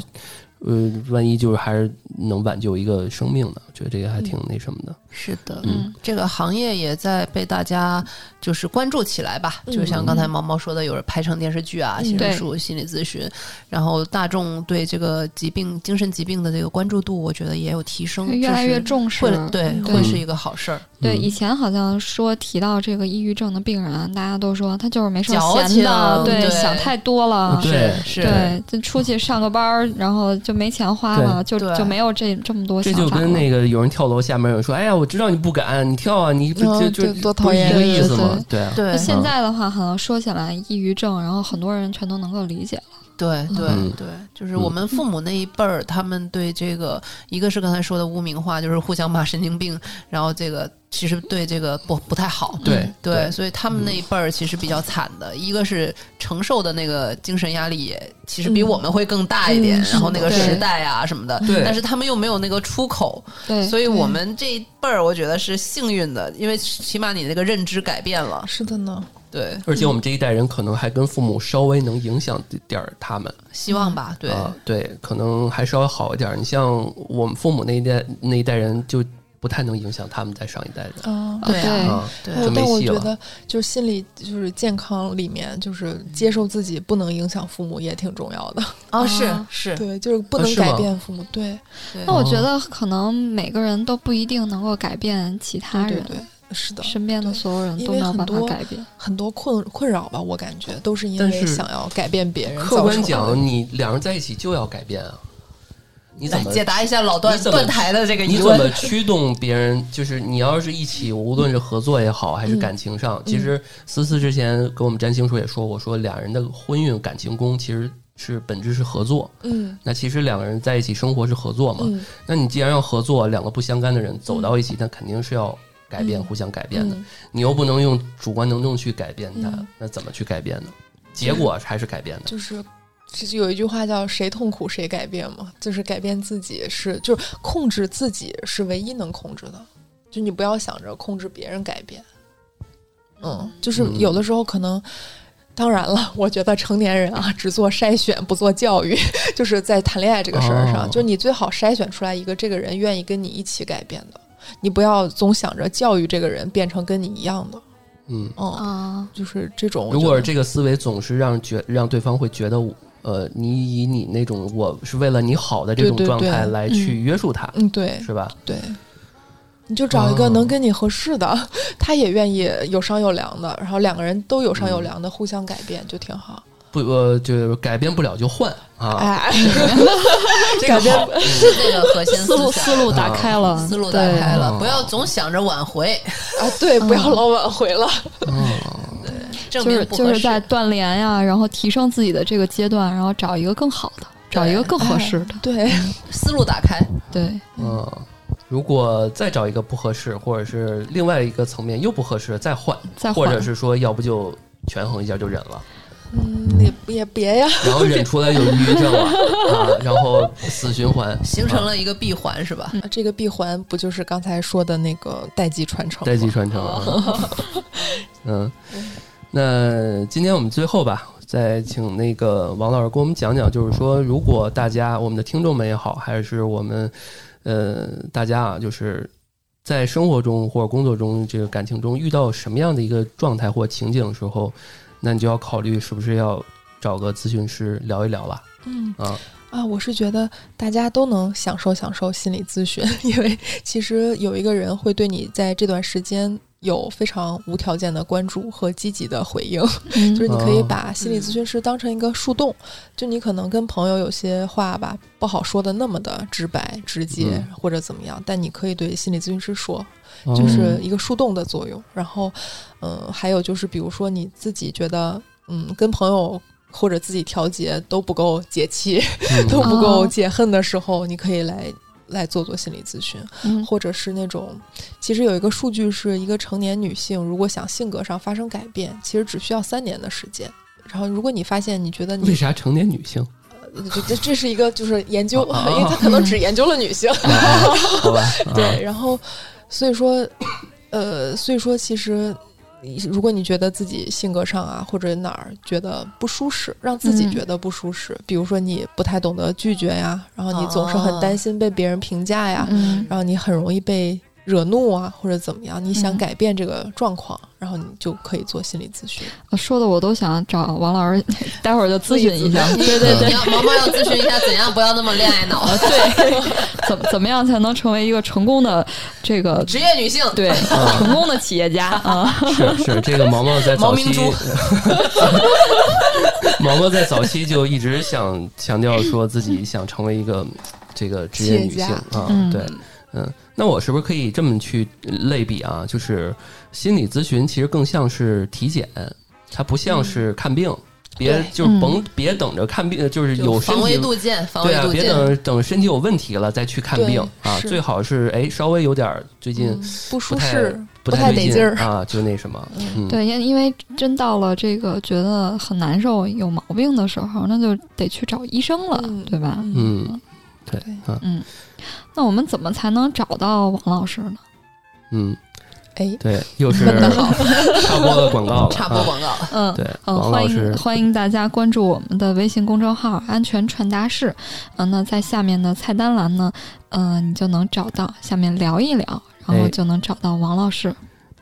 [SPEAKER 3] 呃，万一就是还是能挽救一个生命呢，我觉得这个还挺那什么的。
[SPEAKER 5] 是的，
[SPEAKER 3] 嗯
[SPEAKER 5] 这个行业也在被大家就是关注起来吧。就像刚才毛毛说的，有人拍成电视剧啊，心理
[SPEAKER 2] 嗯对
[SPEAKER 5] 术、心理咨询，然后大众对这个疾病、精神疾病的这个关注度，我觉得也有提
[SPEAKER 1] 嗯
[SPEAKER 5] 升，
[SPEAKER 2] 越来越重视嗯
[SPEAKER 5] 就是会对
[SPEAKER 2] 对
[SPEAKER 5] 会是一个好事儿，
[SPEAKER 2] 对，
[SPEAKER 3] 嗯
[SPEAKER 2] 以前好像说提到这个抑郁症的病人，啊大家都说他就是没事儿
[SPEAKER 5] 矫
[SPEAKER 2] 闲
[SPEAKER 5] 情
[SPEAKER 2] 的，
[SPEAKER 5] 对
[SPEAKER 2] 想太多了，
[SPEAKER 3] 嗯对
[SPEAKER 5] 是
[SPEAKER 2] 啊对，就出去上个班儿，然后就没钱花了，就
[SPEAKER 5] 对
[SPEAKER 2] 就没有这这么多
[SPEAKER 3] 这
[SPEAKER 2] 想
[SPEAKER 3] 就
[SPEAKER 2] 法
[SPEAKER 3] 跟
[SPEAKER 2] 了。
[SPEAKER 3] 那个有人跳楼，下面有人说：“哎呀，我知道你不敢，你跳啊，你不
[SPEAKER 1] 嗯
[SPEAKER 3] 就就
[SPEAKER 1] 对多
[SPEAKER 3] 不
[SPEAKER 1] 讨
[SPEAKER 3] 是
[SPEAKER 1] 厌
[SPEAKER 3] 一个
[SPEAKER 2] 对
[SPEAKER 3] 意
[SPEAKER 2] 对
[SPEAKER 3] 思吗？”对啊，
[SPEAKER 5] 对
[SPEAKER 2] 就现在的话，好像说起来抑郁症，然后很多人全都能够理解了。
[SPEAKER 5] 对对
[SPEAKER 3] 嗯
[SPEAKER 5] 对，就是我们父母那一辈儿，他们对这个，一个是刚才说的污名化，就是互相骂神经病，然后这个其实对这个不不太好。
[SPEAKER 3] 对
[SPEAKER 5] 对，，所以他们那一辈儿其实比较惨的，一个是承受的那个精神压力也其实比我们会更大一点，
[SPEAKER 1] 嗯
[SPEAKER 5] 然后那个
[SPEAKER 2] 是的
[SPEAKER 5] 时代啊什么的，
[SPEAKER 3] 对
[SPEAKER 5] 但是他们又没有那个出口，
[SPEAKER 2] 对，
[SPEAKER 5] 所以
[SPEAKER 2] 对
[SPEAKER 5] 我们这一辈儿我觉得是幸运的，因为起码你那个认知改变了，
[SPEAKER 1] 是的呢，
[SPEAKER 5] 对，
[SPEAKER 3] 而且我们这一代人可能还跟父母稍微能影响点儿他们，
[SPEAKER 5] 希望吧，对，
[SPEAKER 3] 啊，对，可能还稍微好一点儿。你像我们父母那一代那一代人，就不太能影响他们在上一代人
[SPEAKER 1] 啊。
[SPEAKER 5] 对啊
[SPEAKER 3] 啊，
[SPEAKER 5] 对
[SPEAKER 1] 哎
[SPEAKER 3] 就没
[SPEAKER 1] 但我
[SPEAKER 3] 戏
[SPEAKER 1] 觉
[SPEAKER 3] 了
[SPEAKER 1] 得，就是心理，就是健康里面，就是接受自己不能影响父母也挺重要的。
[SPEAKER 5] 哦，是
[SPEAKER 2] 啊
[SPEAKER 5] 是，
[SPEAKER 1] 对，就是不
[SPEAKER 3] 啊
[SPEAKER 1] 能
[SPEAKER 3] 是吗
[SPEAKER 1] 改变父母。对，
[SPEAKER 5] 对
[SPEAKER 2] 那我觉
[SPEAKER 3] 哦
[SPEAKER 2] 得可能每个人都不一定能够改变其他
[SPEAKER 1] 对
[SPEAKER 2] 人，
[SPEAKER 1] 对对，是的。
[SPEAKER 2] 身边的所有人
[SPEAKER 1] 因
[SPEAKER 2] 都
[SPEAKER 1] 为
[SPEAKER 2] 没有
[SPEAKER 1] 很
[SPEAKER 2] 办法
[SPEAKER 1] 多
[SPEAKER 2] 改变。
[SPEAKER 1] 很多困困扰吧，我感觉都是因
[SPEAKER 3] 但
[SPEAKER 1] 为
[SPEAKER 3] 是
[SPEAKER 1] 想要改变别人。
[SPEAKER 3] 客观讲，，你两人在一起就要改变啊，你怎
[SPEAKER 1] 哎
[SPEAKER 5] 来
[SPEAKER 3] 么
[SPEAKER 5] 解答一下老段
[SPEAKER 3] 你怎么
[SPEAKER 5] 断台的这个
[SPEAKER 3] 你
[SPEAKER 5] 疑
[SPEAKER 3] 怎
[SPEAKER 5] 问
[SPEAKER 3] 么。驱动别人？就是你要是一起，无论是合作也好，
[SPEAKER 1] 嗯
[SPEAKER 3] 还是感情上，其实思思之前跟我们占星说也说过，说俩人的婚运感情宫其实是本质是合作。
[SPEAKER 1] 嗯
[SPEAKER 3] 那其实两个人在一起生活是合作嘛？
[SPEAKER 1] 嗯
[SPEAKER 3] 那你既然要合作，两个不相干的人走到一起，那肯定是要改变，
[SPEAKER 1] 嗯
[SPEAKER 3] 互相改变的。
[SPEAKER 1] 嗯，
[SPEAKER 3] 你又不能用主观能动去改变它，
[SPEAKER 1] 嗯
[SPEAKER 3] 那怎么去改变呢？结果还是改变的。
[SPEAKER 1] 就是。就是有一句话叫“谁痛苦谁改变”嘛，就是改变自己是，就是控制自己是唯一能控制的，就你不要想着控制别人改变。嗯，就是
[SPEAKER 3] 嗯
[SPEAKER 1] 有的时候可能，当然了，我觉得成年人啊，只做筛选不做教育， [LAUGHS] 就是在谈恋爱这个事儿上，
[SPEAKER 3] 哦
[SPEAKER 1] 就是你最好筛选出来一个这个人愿意跟你一起改变的，你不要总想着教育这个人变成跟你一样的。
[SPEAKER 3] 嗯，
[SPEAKER 1] 嗯，
[SPEAKER 2] 啊，
[SPEAKER 1] 就是这种。
[SPEAKER 3] 如果
[SPEAKER 1] 我
[SPEAKER 3] 是
[SPEAKER 1] 觉得
[SPEAKER 3] 这个思维总是让觉让对方会觉得我，呃，你以你那种我是为了你好的这种
[SPEAKER 1] 对对
[SPEAKER 3] 状态
[SPEAKER 1] 对
[SPEAKER 3] 来去约束他，
[SPEAKER 1] 嗯，对
[SPEAKER 3] 是吧？
[SPEAKER 1] 对。你就找一个
[SPEAKER 3] 哦
[SPEAKER 1] 能跟你合适的， [LAUGHS] 他也愿意有商有量的，然后两个人都有商有量的，互相改变就挺好。
[SPEAKER 3] 不，呃，就是改变不了就换啊，
[SPEAKER 1] 哎， [LAUGHS]
[SPEAKER 3] 这个好，
[SPEAKER 1] 啊
[SPEAKER 5] 是这个核心
[SPEAKER 2] 思路
[SPEAKER 5] 想
[SPEAKER 2] 思路打
[SPEAKER 3] 啊
[SPEAKER 2] 开了，
[SPEAKER 5] 思路打开了，
[SPEAKER 3] 对
[SPEAKER 5] 不要总想着挽回，
[SPEAKER 2] 哦
[SPEAKER 1] 啊，对，不要老挽回了。
[SPEAKER 5] 证
[SPEAKER 2] 就
[SPEAKER 5] 明
[SPEAKER 2] 是
[SPEAKER 5] 不
[SPEAKER 2] 就
[SPEAKER 5] 合
[SPEAKER 2] 是
[SPEAKER 5] 适。
[SPEAKER 2] 在锻炼呀，然后提升自己的这个阶段，然后找一个更好的，找一个更合适的。
[SPEAKER 1] 对，
[SPEAKER 5] 思路打开，
[SPEAKER 2] 对，
[SPEAKER 3] 嗯。如果再找一个不合适，或者是另外一个层面又不合适，再换，
[SPEAKER 2] 再换
[SPEAKER 3] 或者是说，要不就权衡一下就忍了，
[SPEAKER 1] 嗯，也也别呀，
[SPEAKER 3] 然后忍出来有抑郁症了啊，然后死循环，
[SPEAKER 5] 形成了一个闭环，
[SPEAKER 2] [LAUGHS]
[SPEAKER 5] 是吧？
[SPEAKER 1] 啊这个闭环不就是刚才说的那个代际传承？
[SPEAKER 3] 代际传承啊。嗯，那今天我们最后吧，再请那个王老师给我们讲讲，就是说，如果大家我们的听众们也好，还是我们呃大家啊，就是在生活中或者工作中这个感情中遇到什么样的一个状态或情景的时候，那你就要考虑是不是要找个咨询师聊一聊了
[SPEAKER 1] 嗯
[SPEAKER 3] 啊。
[SPEAKER 1] 啊，我是觉得大家都能享受享受心理咨询， [LAUGHS] 因为其实有一个人会对你在这段时间有非常无条件的关注和积极的回应，
[SPEAKER 2] 嗯
[SPEAKER 1] 就是你可以
[SPEAKER 3] 哦
[SPEAKER 1] 把心理咨询师当成一个树洞，就你可能跟朋友有些话吧不好说的那么的直白直接
[SPEAKER 3] 嗯
[SPEAKER 1] 或者怎么样，但你可以对心理咨询师说，
[SPEAKER 3] 哦
[SPEAKER 1] 就是一个树洞的作用。然后，嗯，还有就是，比如说你自己觉得，嗯，跟朋友或者自己调节都不够解气， [LAUGHS]
[SPEAKER 3] 嗯
[SPEAKER 1] 都不够
[SPEAKER 2] 哦
[SPEAKER 1] 解恨的时候，你可以来来做做心理咨询，
[SPEAKER 2] 嗯
[SPEAKER 1] 或者是那种，其实有一个数据是一个成年女性如果想性格上发生改变，其实只需要三年的时间。然后，如果你发现你觉得
[SPEAKER 3] 为
[SPEAKER 1] 你
[SPEAKER 3] 啥成年女性？
[SPEAKER 1] 这这这是一个就是研究，
[SPEAKER 3] 啊啊啊
[SPEAKER 1] 因为他可能只研究了女性，
[SPEAKER 3] 啊啊好吧，啊
[SPEAKER 1] 对，然后所以说，呃，所以说其实你如果你觉得自己性格上啊或者哪儿觉得不舒适，让自己
[SPEAKER 2] 嗯
[SPEAKER 1] 觉得不舒适，比如说你不太懂得拒绝呀，然后你总是
[SPEAKER 3] 啊
[SPEAKER 1] 很
[SPEAKER 5] 哦
[SPEAKER 1] 担心被别人评价呀，
[SPEAKER 2] 嗯
[SPEAKER 1] 然后你很容易被。惹怒啊，或者怎么样？你想
[SPEAKER 2] 嗯
[SPEAKER 1] 改变这个状况，然后你就可以做心理咨询。
[SPEAKER 2] 呃说的我都想找王老师， [LAUGHS] 待会儿就咨询一下，对对
[SPEAKER 5] 你
[SPEAKER 2] 对，
[SPEAKER 5] 要毛毛要咨询一下，怎样不要那么恋爱
[SPEAKER 2] [LAUGHS]
[SPEAKER 5] 脑？
[SPEAKER 2] 怎么怎么样才能成为一个成功的这个
[SPEAKER 5] 职业女性，
[SPEAKER 2] 对成功的企业家啊？
[SPEAKER 3] 是是，这个毛毛在早期
[SPEAKER 5] 毛明，
[SPEAKER 3] [LAUGHS] 毛毛在早期就一直想强调说自己想成为一个这个职业女
[SPEAKER 1] 企业
[SPEAKER 3] 性
[SPEAKER 1] 家
[SPEAKER 3] 啊，
[SPEAKER 2] 嗯
[SPEAKER 3] 对，嗯，那我是不是可以这么去类比啊？就是心理咨询其实更像是体检，它不像是看病，别
[SPEAKER 1] 对
[SPEAKER 3] 就是甭、别等着看病，就是
[SPEAKER 5] 就
[SPEAKER 3] 有身
[SPEAKER 5] 防微
[SPEAKER 3] 体
[SPEAKER 5] 杜渐，防
[SPEAKER 3] 对
[SPEAKER 5] 微
[SPEAKER 3] 啊，
[SPEAKER 5] 杜
[SPEAKER 3] 别
[SPEAKER 5] 渐。
[SPEAKER 3] 等等身体有问题了再去看
[SPEAKER 1] 对
[SPEAKER 3] 病啊，
[SPEAKER 1] 是
[SPEAKER 3] 最好是哎稍微有点儿最近。
[SPEAKER 1] 嗯不舒
[SPEAKER 3] 不太
[SPEAKER 1] 适，
[SPEAKER 3] 不
[SPEAKER 1] 太
[SPEAKER 3] 对
[SPEAKER 1] 得劲儿。
[SPEAKER 3] 啊，就那什么，
[SPEAKER 2] [LAUGHS]
[SPEAKER 3] 嗯，
[SPEAKER 2] 对，因因为真到了这个觉得很难受、有毛病的时候，那就得去找医生了，
[SPEAKER 1] 嗯
[SPEAKER 2] 对吧？
[SPEAKER 3] 嗯，对
[SPEAKER 1] 对
[SPEAKER 3] 啊，
[SPEAKER 2] 那我们怎么才能找到王老师
[SPEAKER 3] 啊
[SPEAKER 2] 呢？
[SPEAKER 3] 嗯，
[SPEAKER 1] 哎，
[SPEAKER 3] 对，又是
[SPEAKER 1] 问得好，
[SPEAKER 3] 插播了广告了，
[SPEAKER 5] 插播
[SPEAKER 3] 啊
[SPEAKER 5] 广告，
[SPEAKER 2] 嗯，
[SPEAKER 3] 对，
[SPEAKER 2] 嗯，
[SPEAKER 3] 王
[SPEAKER 2] 欢
[SPEAKER 3] 老师
[SPEAKER 2] 迎，欢迎大家关注我们的微信公众号“安全传达室”。嗯，那在下面的菜单栏呢，嗯、你就能找到下面聊一聊，然后
[SPEAKER 3] 哎啊
[SPEAKER 2] 就能找到王老师。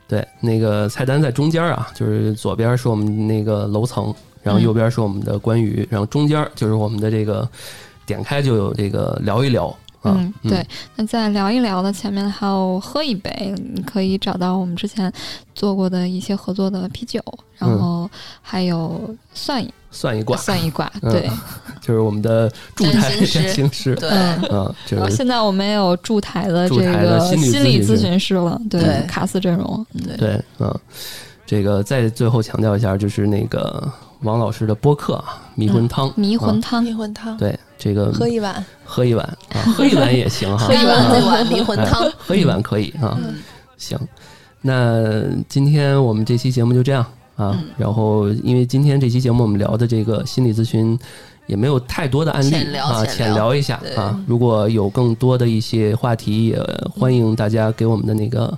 [SPEAKER 3] 对，那个菜单在中间啊，就是左边是我们那个楼层，然后
[SPEAKER 2] 嗯
[SPEAKER 3] 右边是我们的关于，然后中间就是我们的这个点开就有这个聊一聊啊，
[SPEAKER 2] 嗯，对，。那在聊一聊的前面还有喝一杯，你可以找到我们之前做过的一些合作的啤酒，然
[SPEAKER 3] 嗯
[SPEAKER 2] 后还有蒜一
[SPEAKER 3] 算一卦，
[SPEAKER 2] 蒜一卦，
[SPEAKER 3] 嗯
[SPEAKER 2] 对，
[SPEAKER 3] 就是我们的驻台
[SPEAKER 5] 占星师
[SPEAKER 3] 占星师，
[SPEAKER 5] 对，
[SPEAKER 2] 嗯。
[SPEAKER 3] 嗯，
[SPEAKER 2] 然后
[SPEAKER 3] 就是
[SPEAKER 2] 现在我们也有驻台的这
[SPEAKER 3] 驻台的
[SPEAKER 2] 个
[SPEAKER 3] 心理
[SPEAKER 2] 心理咨
[SPEAKER 3] 咨询师
[SPEAKER 2] 询师了，对
[SPEAKER 5] 对，
[SPEAKER 2] 卡斯阵容，嗯
[SPEAKER 5] 对
[SPEAKER 3] 对，嗯，这个再最后强调一下，就是那个王老师的播客啊，迷魂汤，
[SPEAKER 2] 迷魂
[SPEAKER 3] 啊
[SPEAKER 2] 汤
[SPEAKER 1] 迷，魂汤，
[SPEAKER 3] 对，这个
[SPEAKER 1] 喝一碗。
[SPEAKER 3] 喝一碗啊，喝一碗也行哈，
[SPEAKER 5] [LAUGHS] 喝一碗
[SPEAKER 3] 啊
[SPEAKER 5] 这碗迷魂汤，
[SPEAKER 3] 喝一碗可以啊，
[SPEAKER 5] 嗯
[SPEAKER 3] 行。那今天我们这期节目就这样啊，
[SPEAKER 5] 嗯
[SPEAKER 3] 然后因为今天这期节目我们聊的这个心理咨询也没有太多的案例
[SPEAKER 5] 浅聊
[SPEAKER 3] 啊，
[SPEAKER 5] 浅聊
[SPEAKER 3] 浅聊一下
[SPEAKER 5] 对嗯
[SPEAKER 3] 啊，如果有更多的一些话题，也欢迎大家给我们的那个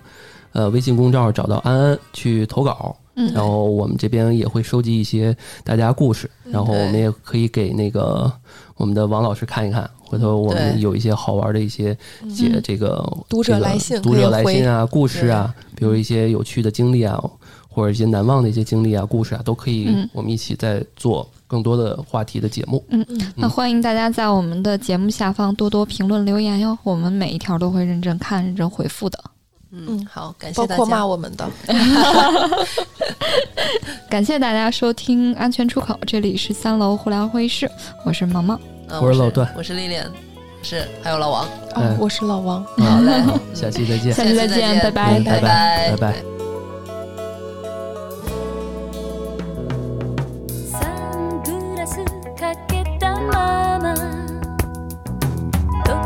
[SPEAKER 3] 呃微信公众号找到安安去投稿。
[SPEAKER 2] 嗯
[SPEAKER 3] 然后我们这边也会收集一些大家故事，然后我们
[SPEAKER 5] 对
[SPEAKER 3] 也可以给那个我们的王老师看一看，回头我们
[SPEAKER 5] 对
[SPEAKER 3] 有一些好玩的一些解
[SPEAKER 2] 嗯
[SPEAKER 3] 这个
[SPEAKER 1] 读者
[SPEAKER 3] 这个
[SPEAKER 1] 来信
[SPEAKER 3] 读
[SPEAKER 1] 可以
[SPEAKER 3] 者来信啊、故事啊，比如一些有趣的经历啊，或者一些难忘的一些经历啊、故事啊，都可以
[SPEAKER 2] 嗯
[SPEAKER 3] 我们一起再做更多的话题的节目。
[SPEAKER 2] 那欢迎大家在我们的节目下方多多评论留言哟，我们每一条都会认真看、认真回复的。
[SPEAKER 5] 嗯，好，感谢
[SPEAKER 1] 包
[SPEAKER 5] 大
[SPEAKER 1] 括骂
[SPEAKER 5] 家，
[SPEAKER 1] 我们的，
[SPEAKER 2] 感谢大家收听《安全出口》，这里是三楼互聊会议室，我是萌萌，
[SPEAKER 5] 嗯
[SPEAKER 3] 我是老段
[SPEAKER 5] 我是丽莲，是还有老王，
[SPEAKER 3] 哎
[SPEAKER 1] 哦，我是老王。
[SPEAKER 5] 好嘞
[SPEAKER 3] 啊好，下期再见，
[SPEAKER 2] 下期再
[SPEAKER 5] 下期再
[SPEAKER 2] 见，
[SPEAKER 5] 见
[SPEAKER 2] 拜拜
[SPEAKER 3] 嗯。拜
[SPEAKER 5] 拜
[SPEAKER 3] 拜拜。
[SPEAKER 4] サングラスかけたまま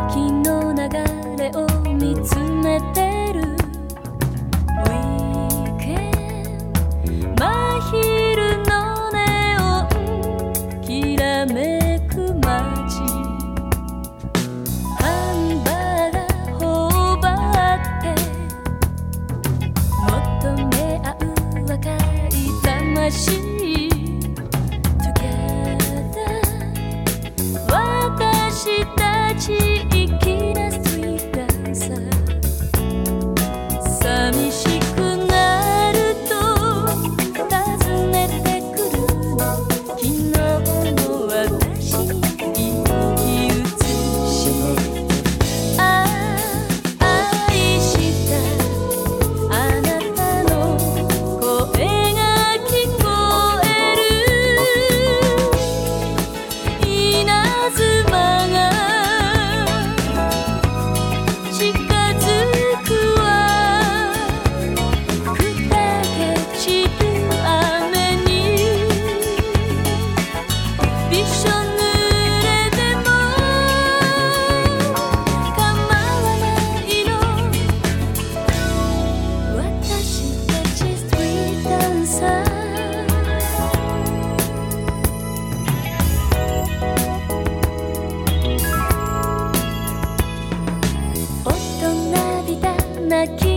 [SPEAKER 4] 時の流れを見つめてる Weekend 真昼のネオンきらめく街ハンバーガー頬張ってもっ泣き